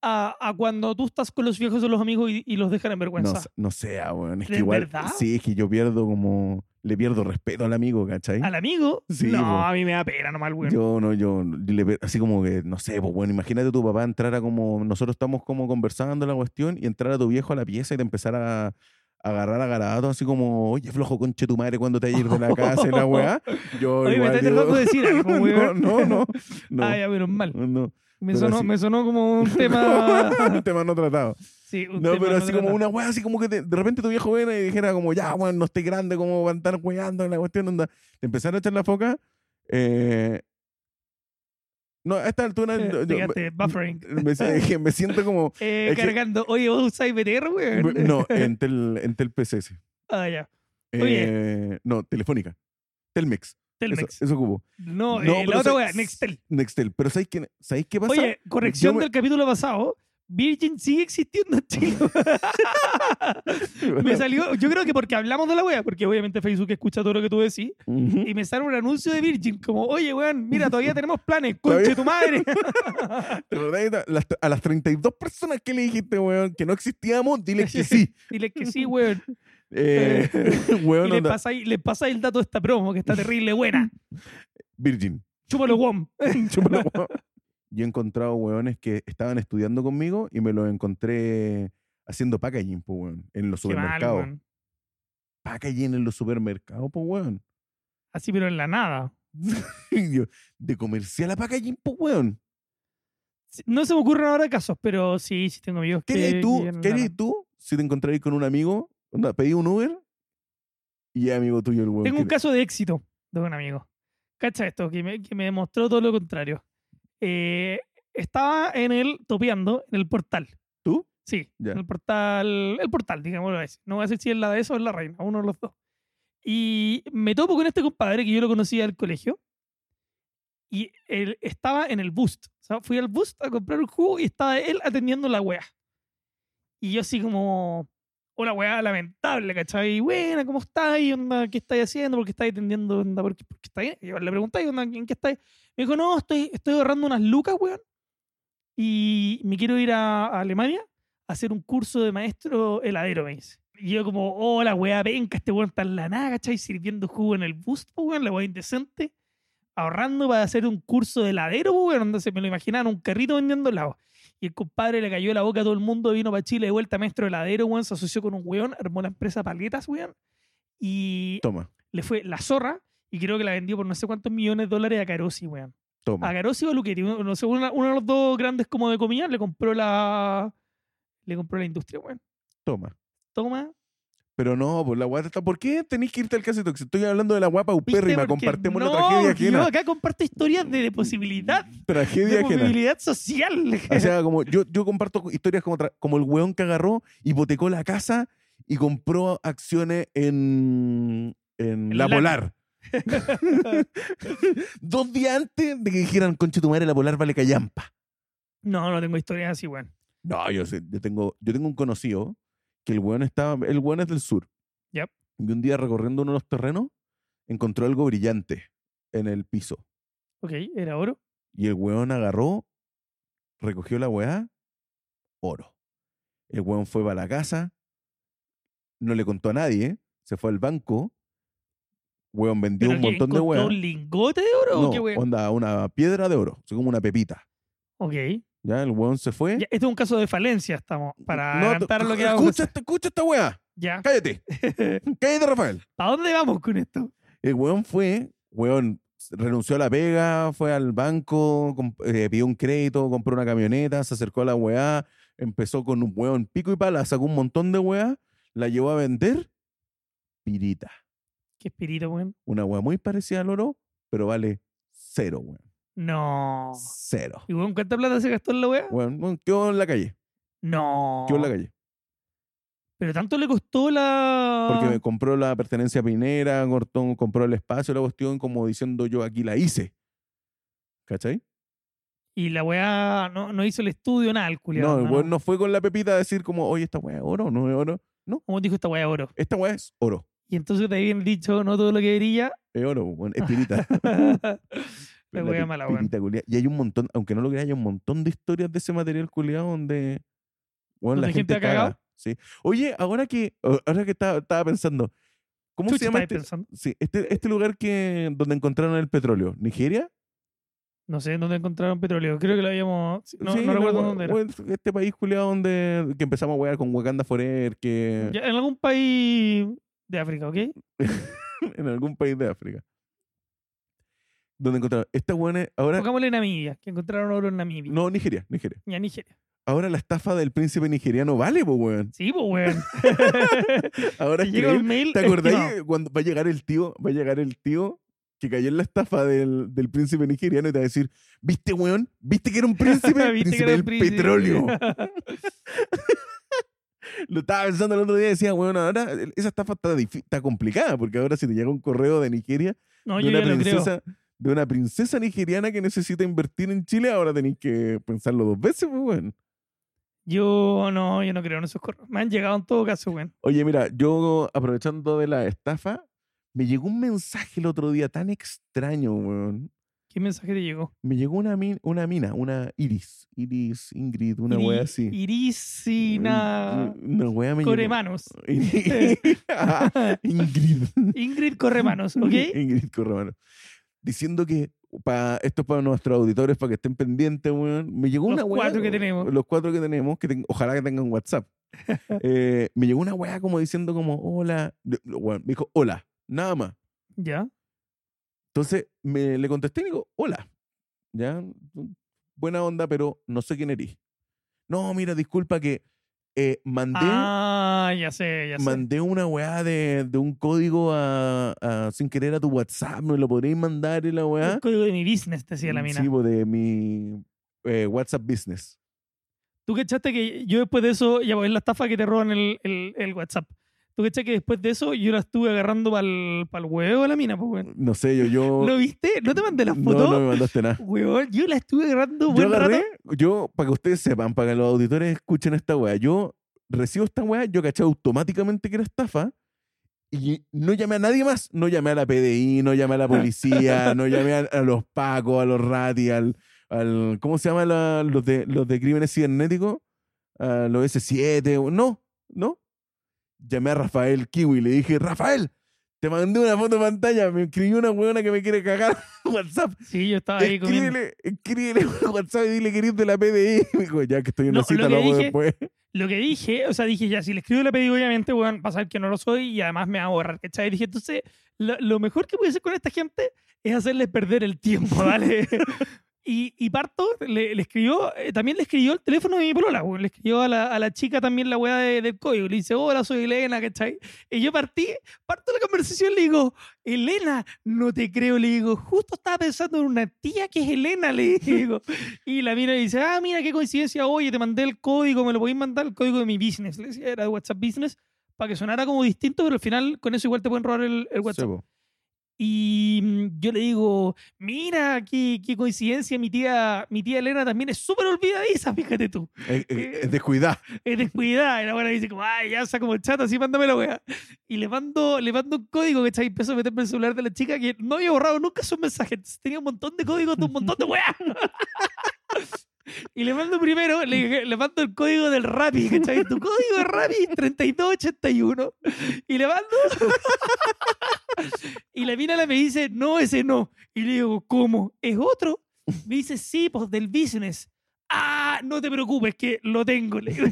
Speaker 1: a, a cuando tú estás con los viejos o los amigos y, y los dejan en
Speaker 2: No,
Speaker 1: vergüenza.
Speaker 2: sé- no sé, ah, weón. Es que
Speaker 1: ¿De
Speaker 2: igual.
Speaker 1: verdad?
Speaker 2: Sí, es que yo pierdo como. Le pierdo respeto al amigo, ¿cachai?
Speaker 1: Al amigo,
Speaker 2: Sí,
Speaker 1: no,
Speaker 2: po.
Speaker 1: a mí me da pena nomás, weón.
Speaker 2: Yo no, yo le pe- así como que, no sé, pues bueno, imagínate tu papá entrar a como, nosotros estamos como conversando la cuestión y entrar a tu viejo a la pieza y te empezar a, a agarrar a garabatos así como, oye, flojo conche tu madre cuando te vayas a ir de la casa y la weá. Yo
Speaker 1: Oye, me
Speaker 2: igual
Speaker 1: estás
Speaker 2: digo,
Speaker 1: tratando de decir algo,
Speaker 2: no,
Speaker 1: weón.
Speaker 2: no, no, no,
Speaker 1: Ah, ya, menos mal.
Speaker 2: no.
Speaker 1: Me
Speaker 2: pero
Speaker 1: sonó,
Speaker 2: así-
Speaker 1: me sonó como un tema.
Speaker 2: Un tema no tratado.
Speaker 1: Sí, un
Speaker 2: No,
Speaker 1: tema
Speaker 2: pero así como
Speaker 1: tratado.
Speaker 2: una weá, así como que te- de repente tu viejo viene y dijera como, ya, weón, no estoy grande, como van a estar weando en la cuestión, onda. Te empezaron a echar la foca. eh, No, a esta altura
Speaker 1: Eh,
Speaker 2: yo- yo-
Speaker 1: fíjate, buffering.
Speaker 2: me, me- me siento como...
Speaker 1: Eh,
Speaker 2: es que-
Speaker 1: cargando. Oye, vos usáis BTR, weón.
Speaker 2: No, entre el, entre el PCS.
Speaker 1: Ah, ya.
Speaker 2: Eh, no, Telefónica. Telmex.
Speaker 1: Telmex.
Speaker 2: Eso, eso cubo.
Speaker 1: No,
Speaker 2: No,
Speaker 1: eh, la
Speaker 2: pero
Speaker 1: otra
Speaker 2: sa-
Speaker 1: weá, Nextel.
Speaker 2: Nextel. Pero ¿sabéis qué, ¿sabéis qué pasa?
Speaker 1: Oye, corrección
Speaker 2: me-
Speaker 1: del capítulo pasado. Virgin sigue existiendo en Chile. me salió, yo creo que porque hablamos de la wea, porque obviamente Facebook escucha todo lo que tú decís,
Speaker 2: Ujú.
Speaker 1: y me sale un anuncio de Virgin, como, oye, weón, mira, todavía tenemos planes, conche tu madre.
Speaker 2: ¿Te acordás de ta- las- a las 32 personas que le dijiste, weón, que no existíamos, dile que sí.
Speaker 1: Dile que sí, weón.
Speaker 2: Eh,
Speaker 1: Y
Speaker 2: weón,
Speaker 1: le
Speaker 2: onda,
Speaker 1: pasa, ahí- le pasa ahí el dato de esta promo, que está terrible buena.
Speaker 2: Virgin.
Speaker 1: Chúpalo, WOM.
Speaker 2: Chúpala, weón. Yo he encontrado weones que estaban estudiando conmigo y me los encontré haciendo packaging, po, weón, en los
Speaker 1: Qué mal,
Speaker 2: supermercados.
Speaker 1: weón.
Speaker 2: packaging en los supermercados, po, weón.
Speaker 1: Así, pero en la nada.
Speaker 2: Y yo, de comercial a packaging, po, weón.
Speaker 1: Sí, No se me ocurren ahora casos, pero sí, sí tengo amigos
Speaker 2: ¿Qué
Speaker 1: que...
Speaker 2: harías tú,
Speaker 1: que en
Speaker 2: qué
Speaker 1: la
Speaker 2: harías
Speaker 1: nada.
Speaker 2: tú si te encontráis con un amigo? Onda, pedí un Uber y es amigo tuyo el weón.
Speaker 1: Tengo
Speaker 2: que
Speaker 1: un
Speaker 2: te-
Speaker 1: caso de éxito de un amigo. Cacha esto, que me, que me demostró todo lo contrario. Eh, estaba en el topeando, en el portal.
Speaker 2: ¿Tú?
Speaker 1: Sí,
Speaker 2: Ya.
Speaker 1: en el portal, el portal, digámoslo así. No voy a decir si es la de eso o es la reina, uno de los dos. Y me topo con este compadre que yo lo conocía del colegio. Y él estaba en el boost. O sea, fui al boost a comprar un jugo y estaba él atendiendo la wea. Y yo así como, una weá lamentable, ¿cachai? Buena, ¿cómo estáis? Onda, ¿Qué estáis haciendo? ¿Por qué estáis atendiendo? Onda, ¿Por qué, por qué estáis? Yo le preguntáis, onda, ¿en qué estáis? Me dijo, no, estoy, estoy ahorrando unas lucas, weón. Y me quiero ir a, a Alemania a hacer un curso de maestro heladero, me dice. Y yo como, hola, weá, venga, este weón está en la nada, ¿cachai? Sirviendo jugo en el bus, po, weón, la weá indecente. Ahorrando para hacer un curso de heladero, po, weón. Onda, se me lo imaginaron, un carrito vendiendo helado. Y el compadre le cayó la boca a todo el mundo, vino para Chile de vuelta, maestro heladero, weón, se asoció con un weón, armó la empresa Paletas, weón, y
Speaker 2: Toma,
Speaker 1: le fue la zorra, y creo que la vendió por no sé cuántos millones de dólares a Carosi, weón.
Speaker 2: toma.
Speaker 1: A Carosi o a Luchetti, uno, no sé, una- uno de los dos grandes como de comida, le compró la. Le compró la industria, weón.
Speaker 2: Toma.
Speaker 1: Toma.
Speaker 2: Pero no, por la guata está. ¿Por qué tenéis que irte al caso tóxico? Estoy hablando de la guapa upérrima.
Speaker 1: ¿Viste? Porque
Speaker 2: Compartemos
Speaker 1: no,
Speaker 2: la tragedia
Speaker 1: porque yo
Speaker 2: ajena.
Speaker 1: acá comparto historias de, de posibilidad,
Speaker 2: Tragedia
Speaker 1: de
Speaker 2: ajena.
Speaker 1: movilidad social.
Speaker 2: O sea, como yo, yo comparto co- historias como, tra- como el weón que agarró, hipotecó la casa y compró acciones en, en
Speaker 1: En
Speaker 2: La
Speaker 1: Laca.
Speaker 2: Polar. Dos días antes de que dijeran, conche tu madre, La Polar vale callampa.
Speaker 1: no, no tengo historias así, weón.
Speaker 2: No, yo sé, yo tengo, yo tengo un conocido que el weón estaba, el weón es del sur.
Speaker 1: Yep.
Speaker 2: Y un día recorriendo uno de los terrenos, encontró algo brillante en el piso.
Speaker 1: Ok, era oro.
Speaker 2: Y el weón agarró, recogió la weá, oro. El weón fue para la casa, no le contó a nadie, se fue al banco, weón vendió
Speaker 1: Pero
Speaker 2: un
Speaker 1: que
Speaker 2: montón de
Speaker 1: encontró
Speaker 2: weá.
Speaker 1: un lingote de oro
Speaker 2: No,
Speaker 1: o qué weón?
Speaker 2: onda, una piedra de oro, así como una pepita.
Speaker 1: Ok.
Speaker 2: Ya, el weón se fue.
Speaker 1: Ya, este es un caso de falencia, estamos. Para
Speaker 2: No,
Speaker 1: adelantar lo que vamos a
Speaker 2: escucha,
Speaker 1: hacer.
Speaker 2: esta- escucha esta weá,
Speaker 1: Ya.
Speaker 2: cállate, cállate Rafael.
Speaker 1: ¿Para dónde vamos con esto?
Speaker 2: El weón fue, weón, renunció a la pega, fue al banco, comp- eh, pidió un crédito, compró una camioneta, se acercó a la weá, empezó con un weón pico y pala, sacó un montón de weá, la llevó a vender, pirita.
Speaker 1: Qué espíritu, weón.
Speaker 2: Una weá muy parecida al oro, pero vale cero, weón.
Speaker 1: No.
Speaker 2: Cero.
Speaker 1: ¿Y weón cuánta plata se gastó en la wea?
Speaker 2: Weón, weón, quedó en la calle,
Speaker 1: No.
Speaker 2: quedó en la calle.
Speaker 1: Pero tanto le costó la.
Speaker 2: Porque me compró la pertenencia pinera, Gortón compró el espacio, la cuestión, como diciendo yo aquí la hice. ¿Cachai?
Speaker 1: Y la wea no, no hizo el estudio, nada, el culiado.
Speaker 2: No, el weón no fue con la pepita a decir como, oye, esta weá es oro, no es oro.
Speaker 1: Como dijo esta wea oro.
Speaker 2: Esta weá es oro.
Speaker 1: Y entonces te habían dicho, no todo lo que brilla.
Speaker 2: Es oro, weón, es pirita.
Speaker 1: la
Speaker 2: La
Speaker 1: wea
Speaker 2: pi-
Speaker 1: mala, weón.
Speaker 2: pirita culiá. Y hay un montón, aunque no lo creas, hay un montón de historias de ese material culiado donde, weón,
Speaker 1: Donde
Speaker 2: la
Speaker 1: gente
Speaker 2: gente,
Speaker 1: ha
Speaker 2: caga.
Speaker 1: cagado.
Speaker 2: Sí. Oye, ahora que, ahora que estaba, estaba pensando, ¿cómo
Speaker 1: Chucha,
Speaker 2: se llama
Speaker 1: estáis
Speaker 2: este,
Speaker 1: pensando?
Speaker 2: sí, este, este lugar que, donde encontraron el petróleo? ¿Nigeria?
Speaker 1: No sé dónde encontraron petróleo. Creo que lo habíamos. No,
Speaker 2: Sí,
Speaker 1: no
Speaker 2: la
Speaker 1: recuerdo
Speaker 2: wea-
Speaker 1: dónde era.
Speaker 2: wea- Este país culiado donde que empezamos a wear con Wakanda Forever, que
Speaker 1: Ya, en algún país de África, ¿ok?
Speaker 2: en algún país de África. Donde encontraron. Esta weones, ahora.
Speaker 1: Pongámosle Namibia, que encontraron oro en Namibia.
Speaker 2: No, Nigeria, Nigeria.
Speaker 1: Y a Nigeria.
Speaker 2: Ahora la estafa del príncipe nigeriano vale, pues, weón.
Speaker 1: Sí, pues, weón.
Speaker 2: Ahora
Speaker 1: Te
Speaker 2: es
Speaker 1: llega
Speaker 2: creer.
Speaker 1: un mail.
Speaker 2: ¿Te acordáis
Speaker 1: estimado.
Speaker 2: eh, cuando va a llegar el tío? Va a llegar el tío que cayó en la estafa del, del príncipe nigeriano y te va a decir, ¿viste, weón? ¿Viste que era un príncipe?
Speaker 1: Viste que
Speaker 2: príncipe
Speaker 1: era
Speaker 2: del
Speaker 1: un príncipe.
Speaker 2: petróleo. Lo estaba pensando el otro día y decía, weón, ahora el- esa estafa está, difí- está complicada porque ahora si te llega un correo de Nigeria
Speaker 1: no,
Speaker 2: de
Speaker 1: yo
Speaker 2: una
Speaker 1: ya lo creo.
Speaker 2: princesa... De una princesa nigeriana que necesita invertir en Chile, ahora tenéis que pensarlo dos veces, pues, weón.
Speaker 1: Yo no, yo no creo en esos correos. Me han llegado en todo caso, weón.
Speaker 2: Oye, mira, yo aprovechando de la estafa, me llegó un mensaje el otro día tan extraño, weón.
Speaker 1: ¿Qué mensaje te llegó?
Speaker 2: Me llegó una, min- una mina, una Iris, Iris, Ingrid, una wea
Speaker 1: Iri-
Speaker 2: así.
Speaker 1: Irisina
Speaker 2: Una wea me llegó.
Speaker 1: Corremanos.
Speaker 2: Ingrid.
Speaker 1: Ingrid Corremanos, ¿ok?
Speaker 2: Ingrid Corremano. Diciendo que pa- esto es para nuestros auditores, para que estén pendientes, weón. Me llegó
Speaker 1: Los
Speaker 2: una weá.
Speaker 1: cuatro que
Speaker 2: weón,
Speaker 1: tenemos.
Speaker 2: Los cuatro que tenemos, que ten- ojalá que tengan WhatsApp. Eh, me llegó una weá como diciendo como, hola. de- weón, me dijo, hola, nada más.
Speaker 1: Ya.
Speaker 2: Entonces me, le contesté y le digo, hola. Ya, mm, buena onda, pero no sé quién eres. No, mira, disculpa que eh, mandé,
Speaker 1: Ah, ya sé, ya sé.
Speaker 2: mandé una weá de, de un código a, a- sin querer a tu WhatsApp. ¿Me lo podréis mandar y la weá? Mm,
Speaker 1: El código de mi business, decía la mina.
Speaker 2: Sí, bo, de mi eh, WhatsApp Business.
Speaker 1: ¿Tú cachaste que yo después de eso, ya pues, es la estafa que te roban el, el, el WhatsApp? ¿Tú cachaste que después de eso yo la estuve agarrando para el huevo de la mina, pues, weón?
Speaker 2: No sé, yo... yo
Speaker 1: ¿Lo viste? ¿No te mandé las
Speaker 2: Oh, no,
Speaker 1: fotos?
Speaker 2: no me mandaste nada.
Speaker 1: Weón, yo la estuve agarrando
Speaker 2: Yo
Speaker 1: buen
Speaker 2: agarré,
Speaker 1: rato.
Speaker 2: yo, para que ustedes sepan, para que los auditores escuchen esta weá, yo recibo esta weá, yo caché automáticamente que era estafa y no llamé a nadie más. No llamé a la PDI, no llamé a la policía, no llamé a, a los Pacos, a los Rati, al, al- ¿cómo se llama? la- los, de, los de crímenes cibernéticos, a los S7, o- no, no. Llamé a Rafael Kiwi y le dije, Rafael, te mandé una foto de pantalla, me escribió una weona que me quiere cagar en WhatsApp.
Speaker 1: Sí, yo estaba ahí comiendo.
Speaker 2: Escríbele, escríbele por WhatsApp y dile que eres de la PDI. Me dijo, ya que estoy en
Speaker 1: No,
Speaker 2: la
Speaker 1: lo
Speaker 2: cita, lo,
Speaker 1: que
Speaker 2: hago
Speaker 1: dije-
Speaker 2: después.
Speaker 1: Lo que dije, o sea, dije ya, si le escribo la pedí, obviamente, weón, va a saber que no lo soy y además me va a borrar, ¿cachai? Dije, entonces, lo, lo mejor que puede hacer con esta gente es hacerles perder el tiempo, ¿vale? y, y parto, le, le escribió, eh, también le escribió el teléfono de mi polola, weón. Le escribió a la, a la chica también la weá de- del código. Le dice, hola, soy Elena, ¿cachai? Y yo partí, parto la conversación, le digo, Elena, no te creo, le digo, justo estaba pensando en una tía que es Elena, le digo. Y la mina le dice, ah, mira, qué coincidencia, oye, te mandé el código, me lo podéis mandar, el código de mi business. Le decía, era de WhatsApp Business, para que sonara como distinto, pero al final con eso igual te pueden robar el, el WhatsApp.
Speaker 2: Sí, po.
Speaker 1: Y mm, yo le digo, mira, qué, qué coincidencia, mi tía, mi tía Elena también es súper olvidadiza, fíjate tú.
Speaker 2: Eh, eh, eh, descuidá.
Speaker 1: Es descuidada. Y la buena dice, como, ay, ya saco el chat, así mándame la weá. Y le mando, le mando un código que está ahí, empezó a meterme en el celular de la chica que no había borrado nunca sus mensajes. Entonces, Tenía un montón de códigos de un montón de weá. Y le mando primero, le, le mando el código del Rappi, ¿cachai? Tu código de Rappi es 3281. Y le mando. Y la mina la me dice, no, ese no. Y le digo, ¿cómo? ¿Es otro? Me dice, sí, pues del business. Ah, no te preocupes, que lo tengo. le digo.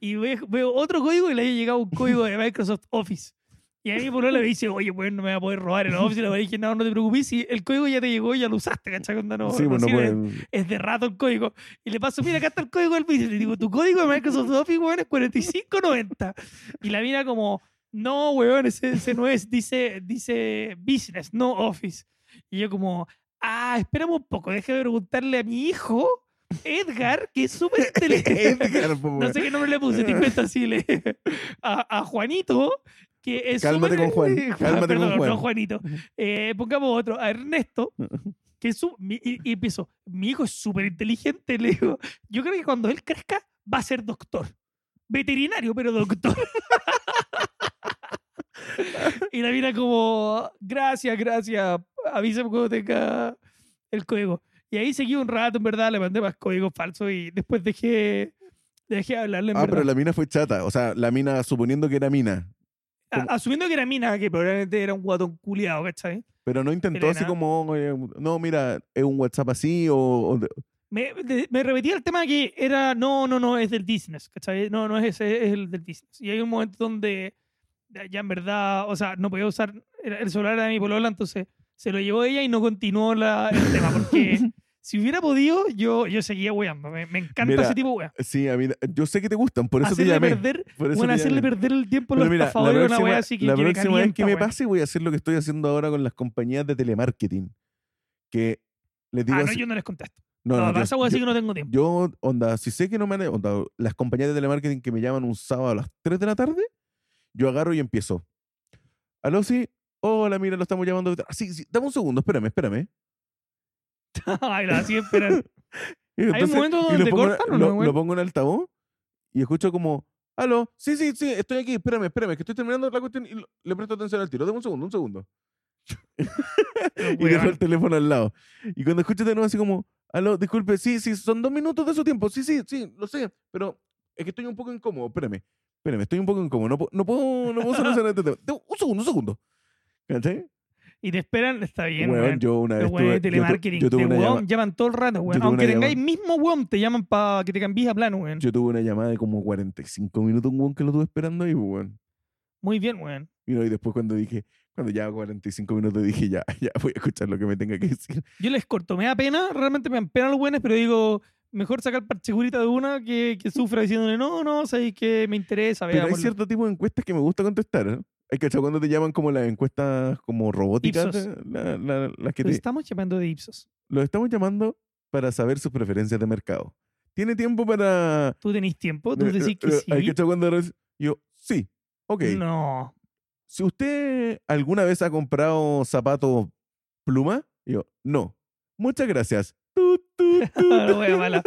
Speaker 1: y ve- veo, otro código y le había llegado un código de Microsoft Office. Y a mí por le dice, oye, pues no me va a poder robar el Office. Y le dije, no, no te preocupes, si el código ya te llegó, ya lo usaste, ¿cachai? Onda, No,
Speaker 2: sí,
Speaker 1: no
Speaker 2: pues no
Speaker 1: sirve
Speaker 2: pueden.
Speaker 1: es de rato el código. Y le paso, mira, acá está el código del business. Le digo, tu código de Microsoft Office, weón, es 4590. Y la mina como, no, weón, ese, ese no es, dice, dice business, no office. Y yo como, ah, esperamos un poco, déjame preguntarle a mi hijo, Edgar, que es súper inteligente.
Speaker 2: Edgar, po,
Speaker 1: No sé qué nombre le puse, te cuento así. Le, a, a Juanito, que es.
Speaker 2: Cálmate
Speaker 1: súper- Ah,
Speaker 2: con Juan, cálmate con
Speaker 1: Perdón,
Speaker 2: Juan.
Speaker 1: No, Juanito. Eh, pongamos otro, a Ernesto, que es. su- mi- y, y empiezo. Mi hijo es súper inteligente, le digo. Yo creo que cuando él crezca, va a ser doctor. Veterinario, pero doctor. y la mira como, gracias, gracias. Avísame cuando tenga el código. Y ahí seguí un rato, en verdad, le mandé más códigos falsos y después dejé, dejé de hablarle, en
Speaker 2: Ah, pero
Speaker 1: verdad.
Speaker 2: la mina fue chata. O sea, la mina, suponiendo que era mina.
Speaker 1: A- Asumiendo que era mina, que probablemente era un guatón culiado, ¿cachai?
Speaker 2: Pero no intentó así
Speaker 1: Elena.
Speaker 2: como, eh, no, mira, es un WhatsApp así o... o de-
Speaker 1: Me, de- me repetía el tema que era, no, no, no, es del business, ¿cachai? No, no es ese, es el del business. Y hay un momento donde ya en verdad, o sea, no podía usar el, el celular de mi polola, entonces se lo llevó ella y no continuó la, el tema, porque si hubiera podido, yo, yo seguía weando. Me, me encanta
Speaker 2: Mira,
Speaker 1: ese tipo de wea.
Speaker 2: Sí, a mí, yo sé que te gustan, por eso
Speaker 1: Hacerle
Speaker 2: te llamé.
Speaker 1: perder,
Speaker 2: por eso
Speaker 1: bueno,
Speaker 2: te
Speaker 1: hacerle
Speaker 2: llamé.
Speaker 1: perder el tiempo a
Speaker 2: Pero
Speaker 1: los
Speaker 2: mira, la
Speaker 1: estafadores, una wea
Speaker 2: próxima,
Speaker 1: así que,
Speaker 2: la
Speaker 1: que me
Speaker 2: próxima vez que
Speaker 1: calienta,
Speaker 2: me
Speaker 1: wea.
Speaker 2: pase voy a hacer lo que estoy haciendo ahora con las compañías de telemarketing. Que les digo
Speaker 1: Ah, no,
Speaker 2: así-
Speaker 1: yo no les contesto.
Speaker 2: no,
Speaker 1: No,
Speaker 2: no,
Speaker 1: para
Speaker 2: yo-
Speaker 1: esa wea sí
Speaker 2: yo-
Speaker 1: que no tengo tiempo.
Speaker 2: Yo, onda, si sé que no me han... eh, Onda, las compañías de telemarketing que me llaman un sábado a las 3 de la tarde, yo agarro y empiezo. Aló, sí. Hola, mira, lo estamos llamando. Ah, sí, sí, dame un segundo, espérame, espérame.
Speaker 1: Ay, la hacía esperar.
Speaker 2: Y
Speaker 1: Hay un
Speaker 2: entonces-
Speaker 1: momento
Speaker 2: y
Speaker 1: donde
Speaker 2: lo pongo, en-
Speaker 1: cortan, ¿o no,
Speaker 2: lo-
Speaker 1: weón?
Speaker 2: lo pongo en altavoz y escucho como, aló, sí, sí, sí, estoy aquí, espérame, espérame, que estoy terminando la cuestión y lo- le presto atención al tiro. Dame un segundo, un segundo. y dejo el teléfono al lado. Y cuando escucho de nuevo así como, aló, disculpe, sí, sí, son dos minutos de su tiempo, sí, sí, sí, lo sé, pero es que estoy un poco incómodo, espérame, espérame, estoy un poco incómodo, no, pu- no puedo, no puedo solucionar este tema. Dame Un segundo, un segundo. ¿Cachai?
Speaker 1: Y te esperan, está bien,
Speaker 2: Weón,
Speaker 1: weón.
Speaker 2: yo una vez
Speaker 1: Los weones de
Speaker 2: tuve- yo tu-
Speaker 1: telemarketing,
Speaker 2: yo tuve
Speaker 1: te
Speaker 2: una llama-
Speaker 1: weón, llaman todo el rato, weón.
Speaker 2: yo tuve
Speaker 1: Aunque
Speaker 2: una
Speaker 1: tengáis
Speaker 2: llama-
Speaker 1: mismo weón, te llaman para que te cambies a plano, weón.
Speaker 2: Yo tuve una llamada de como 45 minutos, un weón, que lo tuve esperando ahí, pues, weón.
Speaker 1: Muy bien, weón.
Speaker 2: Y, no, y después cuando dije, cuando ya 45 minutos dije, ya, ya voy a escuchar lo que me tenga que decir.
Speaker 1: Yo les corto, me da pena, realmente me dan pena los weones, pero digo, mejor sacar parchegurita de una que, que sufra diciéndole, no, no, sabéis que me interesa,
Speaker 2: Pero hay
Speaker 1: veámoslo".
Speaker 2: cierto tipo de encuestas que me gusta contestar, ¿eh? Hay que cuando te llaman como las encuestas como robóticas, eh,
Speaker 1: Ipsos.
Speaker 2: la- la- las que
Speaker 1: Pero
Speaker 2: te...
Speaker 1: estamos llamando de Ipsos.
Speaker 2: Los estamos llamando para saber sus preferencias de mercado. ¿Tiene tiempo para...?
Speaker 1: ¿Tú tenés tiempo? ¿Tú
Speaker 2: Eh,
Speaker 1: decís que
Speaker 2: eh, Hay
Speaker 1: sí?
Speaker 2: que cuando... eres- Yo, sí, ok.
Speaker 1: No.
Speaker 2: Si usted alguna vez ha comprado zapatos pluma, yo, no. Muchas gracias. Tut, tut, tut.
Speaker 1: Ahora voy a bala.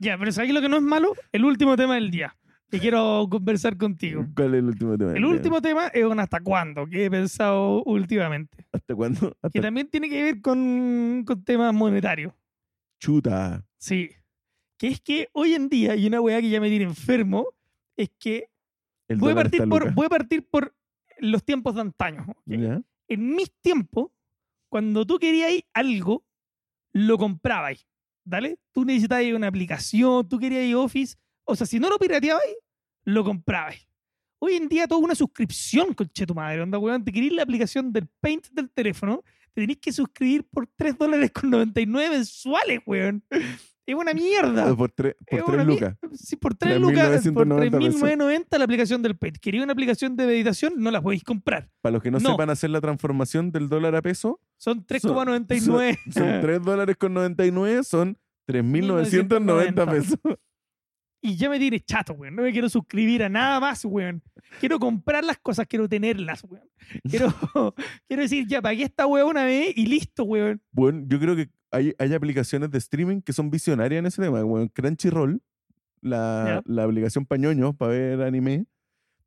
Speaker 1: Ya, pero ¿sabes lo que no es malo? El último tema del día. Que quiero conversar contigo.
Speaker 2: ¿Cuál es el último tema?
Speaker 1: El último tema es un hasta cuándo, que he pensado últimamente.
Speaker 2: ¿Hasta cuándo? Hasta
Speaker 1: Que también tiene que ver con, con temas monetarios.
Speaker 2: chuta.
Speaker 1: Sí. Que es que hoy en día, y una weá que ya me tiene enfermo, es que
Speaker 2: El
Speaker 1: voy a,
Speaker 2: dólar
Speaker 1: partir
Speaker 2: está Mm.
Speaker 1: por,
Speaker 2: lucas.
Speaker 1: voy a partir por los tiempos de antaño. ¿ok?
Speaker 2: ¿Ya?
Speaker 1: En mis tiempos, cuando tú querías algo, lo comprabas. ¿Dale? Tú necesitabas una aplicación, tú querías Office. O sea, si no lo pirateabas, lo comprabas. Hoy en día, toda una suscripción, conche tu madre. Onda, weón, te querís la aplicación del Paint del teléfono, te tenés que suscribir por 3 dólares con 99 mensuales, weón. Es una mierda.
Speaker 2: Ah, Por, tres- por
Speaker 1: Es una
Speaker 2: tres
Speaker 1: mi-
Speaker 2: lucas.
Speaker 1: Sí, por 3 lucas, por
Speaker 2: 3.990 pesos.
Speaker 1: 3.990 la aplicación del Paint. Quería una aplicación de meditación, no la podéis comprar.
Speaker 2: Para los que no,
Speaker 1: No.
Speaker 2: sepan hacer la transformación del dólar a peso,
Speaker 1: Son
Speaker 2: son-
Speaker 1: 3,99.
Speaker 2: son 3 dólares con 99, son 3.990 pesos.
Speaker 1: Y ya me tiene chato, weón. No me quiero suscribir a nada más, weón. Quiero comprar las cosas, quiero tenerlas, weón. Quiero, quiero decir, ya pagué esta weón una vez y listo, weón.
Speaker 2: Bueno, yo creo que hay, hay aplicaciones de streaming que son visionarias en ese tema. Bueno, Crunchyroll, la, la aplicación pañoño para ver anime,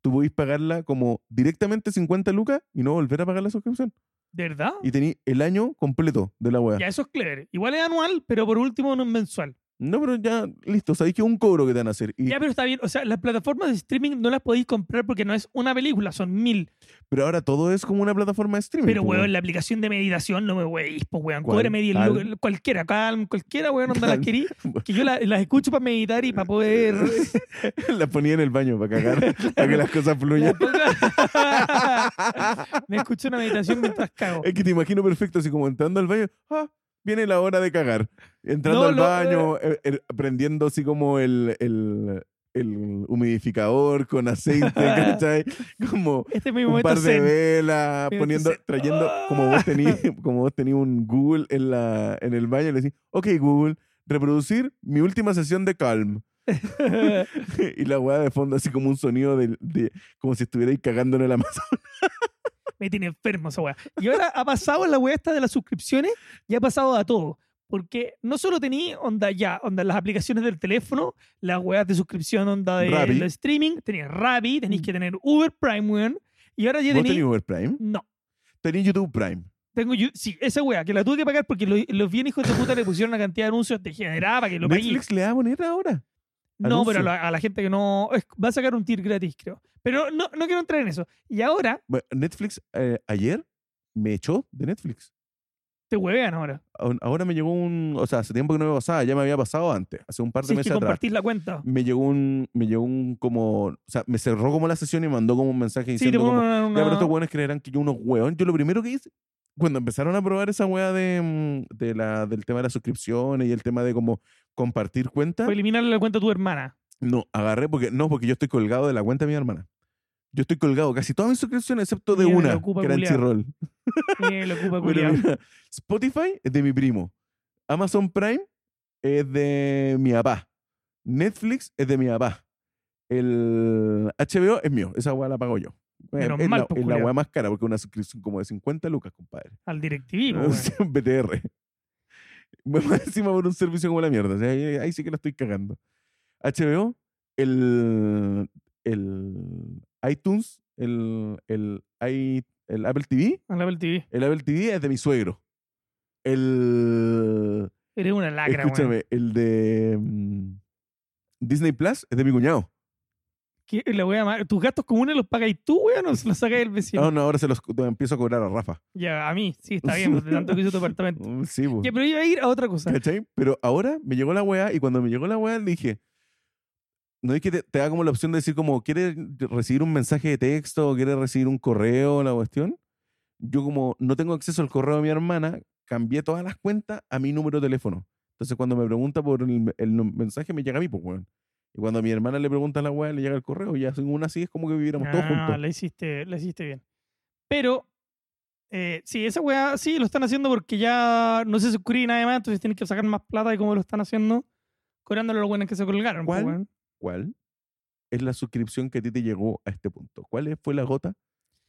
Speaker 2: tú podís pagarla como directamente 50 lucas y no volver a pagar la suscripción.
Speaker 1: ¿De verdad?
Speaker 2: Y tení el año completo de la web.
Speaker 1: Ya, eso es clever. Igual es anual, pero por último no es mensual.
Speaker 2: No, pero ya, listo, sabéis que es un cobro que te van a hacer. Y-
Speaker 1: Ya, pero está bien. O sea, las plataformas de streaming no las podéis comprar porque no es una película, son mil.
Speaker 2: Pero ahora todo es como una plataforma de streaming.
Speaker 1: Pero,
Speaker 2: po,
Speaker 1: weón, la aplicación de meditación no me weís, pues, weón.
Speaker 2: pues, ¿Cuál?
Speaker 1: Cóbrame 10
Speaker 2: Calm.
Speaker 1: lucas, cualquiera, calm, cualquiera, weón, onda las
Speaker 2: Calm.
Speaker 1: querí. Que yo la- las escucho para meditar y para poder
Speaker 2: la ponía en el baño para cagar, para que las cosas fluyan.
Speaker 1: Me escucho una meditación mientras cago.
Speaker 2: Es que te imagino perfecto, así como entrando al baño, ah, viene la hora de cagar. Entrando
Speaker 1: No,
Speaker 2: al
Speaker 1: lo-
Speaker 2: baño, eh, eh, prendiendo así como el, el, el humidificador con aceite, ¿cachai? Como
Speaker 1: Este es mi
Speaker 2: un
Speaker 1: momento
Speaker 2: par de
Speaker 1: zen.
Speaker 2: velas,
Speaker 1: Mi momento
Speaker 2: poniendo,
Speaker 1: zen. ¡Ah!
Speaker 2: trayendo, como vos tenías como vos tení un Google en, la, en el baño, le decís, ok Google, reproducir mi última sesión de Calm. y la weá de fondo así como un sonido de, de- como si estuvierais cagando en la masa.
Speaker 1: Me tiene enfermo esa weá. Y ahora ha pasado la weá esta de las suscripciones y ha pasado a todo. Porque no solo tenía onda ya, onda las aplicaciones del teléfono, las weas de suscripción, onda de,
Speaker 2: Rappi. Mm.
Speaker 1: de streaming, tenías Rappi, tenéis que tener Uber Prime, weón. Y ahora ya
Speaker 2: ¿Vos tenés
Speaker 1: tenéis.
Speaker 2: Uber Prime?
Speaker 1: No.
Speaker 2: Tenés YouTube Prime.
Speaker 1: Tengo yo, sí, esa weá, que la tuve que pagar porque lo- los bien hijos de puta le pusieron una cantidad de anuncios degenerada para que lo pagué.
Speaker 2: Netflix le va a poner ahora.
Speaker 1: No, pero a
Speaker 2: Anuncio.
Speaker 1: la, a la gente que no. es- va a sacar un tier gratis, creo. Pero no, no quiero entrar en eso. Y ahora
Speaker 2: Bueno, Netflix eh, ayer me echó de Netflix.
Speaker 1: te huevean ahora.
Speaker 2: Ahora- Ahora me llegó un, o sea, hace tiempo que no me pasaba, ya me había pasado antes, hace un par de
Speaker 1: Si es que
Speaker 2: meses atrás.
Speaker 1: compartís la cuenta.
Speaker 2: Me llegó un, me llegó un como, o sea, me cerró como la sesión y mandó como un mensaje
Speaker 1: Sí, te
Speaker 2: diciendo
Speaker 1: pongo
Speaker 2: como,
Speaker 1: una.
Speaker 2: ya, pero
Speaker 1: una-
Speaker 2: estos hueones creerán que yo unos hueón. Yo lo primero que hice, cuando empezaron a probar esa hueá de, mm, de la, del tema de las suscripciones y el tema de como compartir cuentas,
Speaker 1: fue eliminarle la cuenta a tu hermana.
Speaker 2: No, agarré porque no, porque yo estoy colgado de la cuenta de mi hermana. Yo estoy colgado casi todas mis suscripciones excepto de
Speaker 1: Mira,
Speaker 2: una,
Speaker 1: la ocupa
Speaker 2: Crunchyroll.
Speaker 1: Eh, lo ocupa
Speaker 2: Pero
Speaker 1: culiao.
Speaker 2: mira, Spotify es de mi primo. Amazon Prime es de mi papá. Netflix es de mi papá. El HBO es mío, esa weá la pago yo. Bueno,
Speaker 1: Menos
Speaker 2: es
Speaker 1: mal,
Speaker 2: la,
Speaker 1: pues,
Speaker 2: es la
Speaker 1: culiao.
Speaker 2: weá más cara porque una suscripción como de 50 lucas, compadre.
Speaker 1: Al directivo.
Speaker 2: BTR. Más encima por un servicio como la mierda. O sea, ahí, ahí sí que la estoy cagando. HBO, el, el iTunes, el, el, i- el Apple TV.
Speaker 1: Al Apple TV.
Speaker 2: El Apple TV es de mi suegro. El.
Speaker 1: Eres una lacra, weón.
Speaker 2: escúchame, el de mm, Disney Plus es de mi cuñado.
Speaker 1: ¿Qué? La wea ma- Tus gastos comunes los pagáis tú, weón, o se los sacáis del vecino.
Speaker 2: Ah, no, ahora se los co- empiezo a cobrar a Rafa.
Speaker 1: Ya, a mí, sí, está bien, pues, de tanto que hizo tu apartamento.
Speaker 2: Mm, Sí, pues.
Speaker 1: Ya, pero iba a ir a otra cosa.
Speaker 2: ¿Cachai? Pero ahora me llegó la weá y cuando me llegó la weá dije, no es que te, te da como la opción de decir como, ¿quieres recibir un mensaje de texto o quieres recibir un correo la cuestión? Yo como no tengo acceso al correo de mi hermana, cambié todas las cuentas a mi número de teléfono. Entonces cuando me pregunta por el, me- el nu- mensaje me llega a mí, pues weón. Y cuando a mi hermana le pregunta a la weá, le llega el correo. Ya sin una así es como que viviéramos todos
Speaker 1: Ah,
Speaker 2: juntos.
Speaker 1: la hiciste, la hiciste bien. Pero, eh, sí, esa weá, sí, lo están haciendo porque ya no se suscriben nada más, entonces tienen que sacar más plata de cómo lo están haciendo, cobrándole a los buenos que se colgaron. pues,
Speaker 2: ¿Cuál?
Speaker 1: weón.
Speaker 2: ¿Cuál es la suscripción que a ti te llegó a este punto? ¿Cuál fue la gota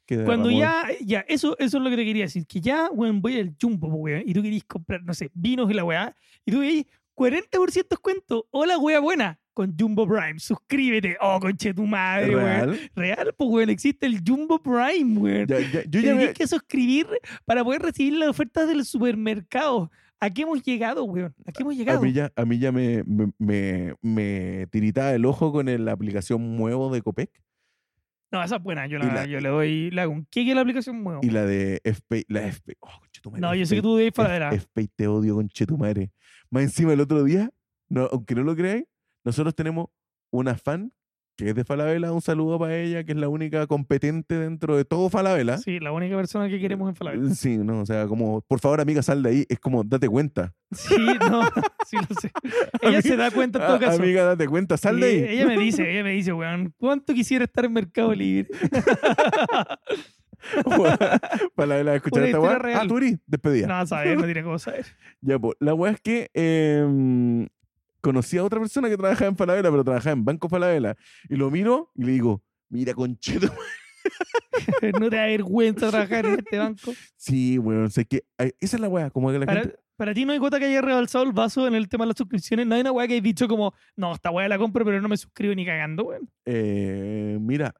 Speaker 2: que
Speaker 1: Cuando
Speaker 2: derramó el-
Speaker 1: ya, ya, eso, eso es lo que te quería decir, que ya, weón, voy al jumbo, pues, weón, y tú querís comprar, no sé, vinos y la weá, y tú veis 40% descuento, hola weá buena, con Jumbo Prime, suscríbete, oh, conche tu madre, weón.
Speaker 2: real.
Speaker 1: Real, pues, weón, existe el Jumbo Prime, weón.
Speaker 2: Ya- ya- yo ya
Speaker 1: Tienes
Speaker 2: me,
Speaker 1: que suscribir para poder recibir las ofertas del supermercado. ¿A qué hemos llegado, weón? ¿A qué hemos
Speaker 2: a
Speaker 1: llegado?
Speaker 2: mí Ah, pues ya, a mí ya me, me, me- me tiritaba el ojo con el- la aplicación Muevo de Copec
Speaker 1: No, esa es buena. Yo,
Speaker 2: Y
Speaker 1: la-
Speaker 2: la-
Speaker 1: yo le doy, le hago un kick a la aplicación nueva.
Speaker 2: y la de FP. La FP. Oh, conchetumare,
Speaker 1: No, yo sé
Speaker 2: FP,
Speaker 1: que tú de faladera.
Speaker 2: F- FP, te odio, conchetumare. Más encima, el otro día, no, aunque no lo creáis, nosotros tenemos una fan que es de Falabella. Un saludo para ella, que es la única competente dentro de todo Falabella.
Speaker 1: Sí, la única persona que queremos en Falabella.
Speaker 2: Sí, no, o sea, como, por favor, amiga, sal de ahí. Es como, date cuenta.
Speaker 1: Sí, no, sí lo sé. Ella se da cuenta en todo
Speaker 2: Ah,
Speaker 1: caso.
Speaker 2: Amiga, date cuenta, sal
Speaker 1: Sí,
Speaker 2: de ahí.
Speaker 1: Ella me dice, ella me dice, weón, ¿cuánto quisiera estar en Mercado Libre?
Speaker 2: para la, la escuchar
Speaker 1: Una
Speaker 2: esta
Speaker 1: historia
Speaker 2: weá. Ah,
Speaker 1: real.
Speaker 2: Turi, despedida.
Speaker 1: No, sabe, no tiene cómo saber.
Speaker 2: Ya, po. La weá es que em, conocí a otra persona que trabajaba en Falabella, pero trabajaba en Banco Falabella. Y lo miro y le digo, mira, concheto.
Speaker 1: No te da vergüenza trabajar en este banco.
Speaker 2: Sí, weón, sé que ay, esa es la weá, como que la
Speaker 1: Para,
Speaker 2: gente.
Speaker 1: para ti no hay cuota que haya rebalsado el vaso en el tema de las suscripciones. No hay una weá que hayas dicho como, no, esta weá la compro, pero no me suscribo ni cagando, weón.
Speaker 2: eh, mira,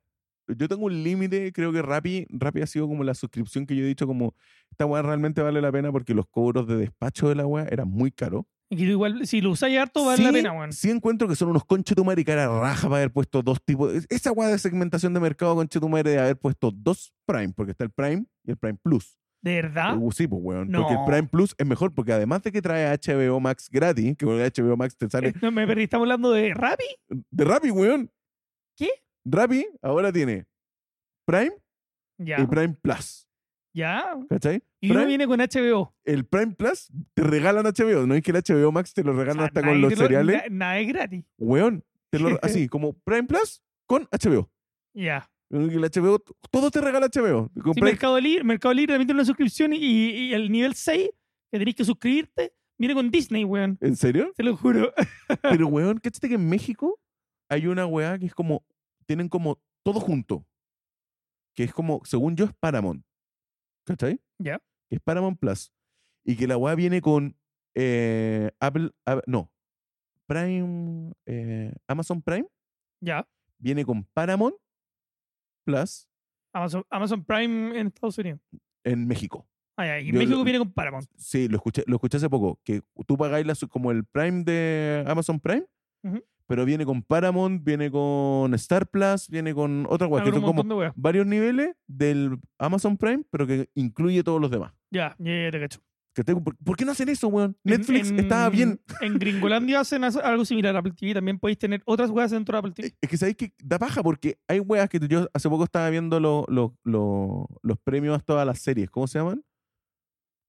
Speaker 2: yo tengo un límite, creo que Rappi, Rappi ha sido como la suscripción que yo he dicho, como esta weá realmente vale la pena porque los cobros de despacho de la weá eran muy caros.
Speaker 1: Y que tú igual, si lo usáis harto, vale
Speaker 2: sí,
Speaker 1: la pena, weón.
Speaker 2: Sí encuentro que son unos conchetumare y cara raja para haber puesto dos tipos. es- Esa guada de segmentación de mercado conchetumare de haber puesto dos Prime, porque está el Prime y el Prime Plus.
Speaker 1: ¿De verdad?
Speaker 2: Uh, sí, pues, weón. Porque el
Speaker 1: No.
Speaker 2: Prime Plus es mejor, porque además de que trae HBO Max gratis, que con el HBO Max te
Speaker 1: Eh,
Speaker 2: sale
Speaker 1: no, me perdí, estamos hablando de Rappi.
Speaker 2: de Rappi, weón.
Speaker 1: ¿Qué?
Speaker 2: Rappi ahora tiene Prime
Speaker 1: Ya,
Speaker 2: y Prime Plus.
Speaker 1: ya.
Speaker 2: ¿Cachai?
Speaker 1: Y uno
Speaker 2: Prime-
Speaker 1: viene con HBO.
Speaker 2: El Prime Plus te regalan HBO, no es que el HBO Max te lo
Speaker 1: O sea,
Speaker 2: regalan hasta
Speaker 1: nadie
Speaker 2: con los
Speaker 1: te lo-
Speaker 2: cereales.
Speaker 1: na- Nada es gratis.
Speaker 2: Weón, te lo- así como Prime Plus con HBO.
Speaker 1: Ya.
Speaker 2: El HBO, todo te regala HBO.
Speaker 1: Sí,
Speaker 2: Compré-
Speaker 1: Mercado Libre, Mercado Libre también tiene una suscripción y, y el nivel 6, que tenéis que suscribirte, viene con Disney, weón.
Speaker 2: ¿En serio?
Speaker 1: Te lo juro.
Speaker 2: Pero, weón, ¿cachate que en México hay una weá que es como, tienen como todo junto? Que es como, según yo, es Paramount. ¿Cachai?
Speaker 1: Ya.
Speaker 2: Que es Paramount Plus. Y que la weá viene con eh, Apple, Ab- no, Prime, eh, Amazon Prime,
Speaker 1: Ya.
Speaker 2: viene con Paramount Plus
Speaker 1: Amazon, Amazon Prime en Estados Unidos.
Speaker 2: en México.
Speaker 1: Ah, ya. Y
Speaker 2: Yo
Speaker 1: México
Speaker 2: lo-
Speaker 1: viene con Paramount.
Speaker 2: Sí, lo escuché, lo escuché hace poco, que tú pagáis la su- como el Prime de Amazon Prime,
Speaker 1: Ujú.
Speaker 2: pero viene con Paramount, viene con Star Plus, viene con otra
Speaker 1: Ah,
Speaker 2: cosa, que
Speaker 1: con un
Speaker 2: son Pues, como
Speaker 1: montón de weas.
Speaker 2: varios niveles del Amazon Prime, pero que incluye todos los demás.
Speaker 1: Ya, ya, ya te cacho.
Speaker 2: Que tengo- ¿Por, por qué no hacen eso, weón?
Speaker 1: En-
Speaker 2: Netflix
Speaker 1: en-
Speaker 2: estaba bien.
Speaker 1: En Gringolandia hacen as- algo similar a Apple TV. También podéis tener otras weas dentro de Apple TV.
Speaker 2: Es que sabéis que da paja porque hay weas que yo hace poco estaba viendo lo- lo- lo- los premios a todas las series, ¿cómo se llaman?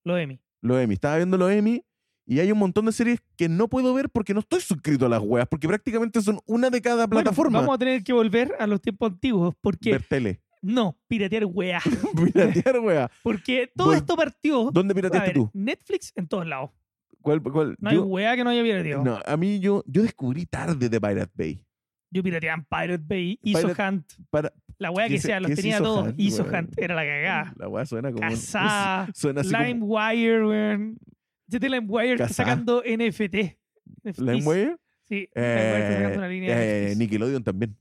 Speaker 1: Lo de mí.
Speaker 2: los Emmy. Estaba viendo los Emmy y hay un montón de series que no puedo ver porque no estoy suscrito a las weas, porque prácticamente son una de cada
Speaker 1: Bueno,
Speaker 2: plataforma.
Speaker 1: vamos a tener que volver a los tiempos antiguos. Porque
Speaker 2: Ver tele.
Speaker 1: no, piratear weas.
Speaker 2: Piratear, wea.
Speaker 1: Porque todo
Speaker 2: Vol-
Speaker 1: esto partió.
Speaker 2: ¿Dónde
Speaker 1: A
Speaker 2: pirateaste
Speaker 1: ver,
Speaker 2: tú?
Speaker 1: Netflix en todos lados.
Speaker 2: ¿Cuál, cuál?
Speaker 1: No hay
Speaker 2: Yo-
Speaker 1: wea que no haya pirateado.
Speaker 2: no, a mí yo, yo descubrí tarde de Pirate Bay.
Speaker 1: Yo pirateaba en Pirate Bay, ISO
Speaker 2: Pirate-
Speaker 1: Hunt.
Speaker 2: Para,
Speaker 1: La wea
Speaker 2: ¿qué
Speaker 1: que
Speaker 2: es-
Speaker 1: sea,
Speaker 2: qué
Speaker 1: los
Speaker 2: es
Speaker 1: tenía
Speaker 2: ISO
Speaker 1: todos.
Speaker 2: Hunt,
Speaker 1: ISO
Speaker 2: weón?
Speaker 1: Hunt era la cagada.
Speaker 2: la wea suena como.
Speaker 1: Cazá,
Speaker 2: Suena así como-
Speaker 1: LimeWire, weón. de Tela Wire está
Speaker 2: Casá.
Speaker 1: sacando NFT.
Speaker 2: ¿La
Speaker 1: NFTs.
Speaker 2: Wire?
Speaker 1: Sí, Line Wire está
Speaker 2: Eh,
Speaker 1: sacando una línea de
Speaker 2: eh,
Speaker 1: NFTs.
Speaker 2: Nickelodeon también.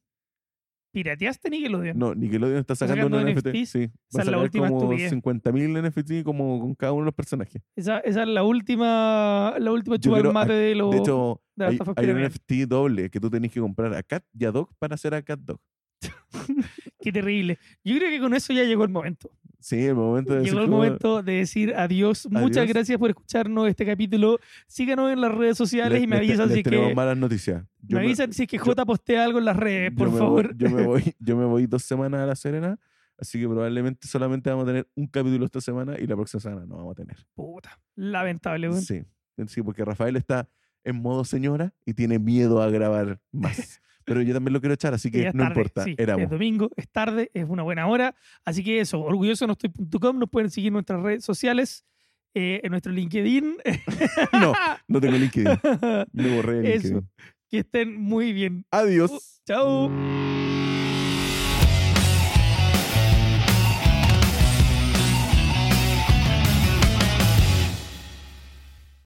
Speaker 1: ¿Pirateaste Nickelodeon?
Speaker 2: No, Nickelodeon está
Speaker 1: ¿Está
Speaker 2: sacando,
Speaker 1: sacando
Speaker 2: un NFT.
Speaker 1: NFTs?
Speaker 2: Sí,
Speaker 1: Esa
Speaker 2: va a
Speaker 1: es la
Speaker 2: sacar
Speaker 1: última
Speaker 2: como
Speaker 1: estupidez.
Speaker 2: 50.000 NFT como con cada uno de los personajes.
Speaker 1: Esa, esa es la última, la última
Speaker 2: Yo
Speaker 1: chupa del
Speaker 2: creo-
Speaker 1: mate de los.
Speaker 2: de hecho,
Speaker 1: Oh, de la
Speaker 2: hay,
Speaker 1: estafa
Speaker 2: hay un
Speaker 1: piramidal.
Speaker 2: NFT doble que tú tenés que comprar a Cat y a Dog para hacer a Cat Dog.
Speaker 1: Qué terrible. Yo creo que con eso ya llegó el momento.
Speaker 2: Sí, el momento de
Speaker 1: Llegó
Speaker 2: decir
Speaker 1: el
Speaker 2: como,
Speaker 1: momento de decir adiós. Muchas
Speaker 2: Adiós.
Speaker 1: gracias por escucharnos este capítulo. Síganos en las redes sociales
Speaker 2: les-
Speaker 1: y me
Speaker 2: les te-
Speaker 1: avisan
Speaker 2: les
Speaker 1: si es
Speaker 2: tenemos
Speaker 1: que.
Speaker 2: malas noticias. Yo
Speaker 1: me avisan si es que J postea algo en las redes,
Speaker 2: yo
Speaker 1: por
Speaker 2: me
Speaker 1: favor.
Speaker 2: voy- yo, me voy, yo me voy dos semanas a La Serena, así que probablemente solamente vamos a tener un capítulo esta semana y la próxima semana no vamos a tener.
Speaker 1: Puta, lamentable, weón.
Speaker 2: Sí, sí, porque Rafael está en modo señora y tiene miedo a grabar más. Pero yo también lo quiero echar, así
Speaker 1: Que ya
Speaker 2: que
Speaker 1: es
Speaker 2: no
Speaker 1: tarde,
Speaker 2: importa.
Speaker 1: sí, es
Speaker 2: éramos.
Speaker 1: domingo, es tarde, es una buena hora. Así que eso, orgulloso no estoy.com, nos pueden seguir en nuestras redes sociales, eh, en nuestro LinkedIn.
Speaker 2: No, no tengo LinkedIn. Me borré el
Speaker 1: Eso. Uh,
Speaker 2: LinkedIn.
Speaker 1: que estén muy bien.
Speaker 2: Adiós.
Speaker 1: Chao.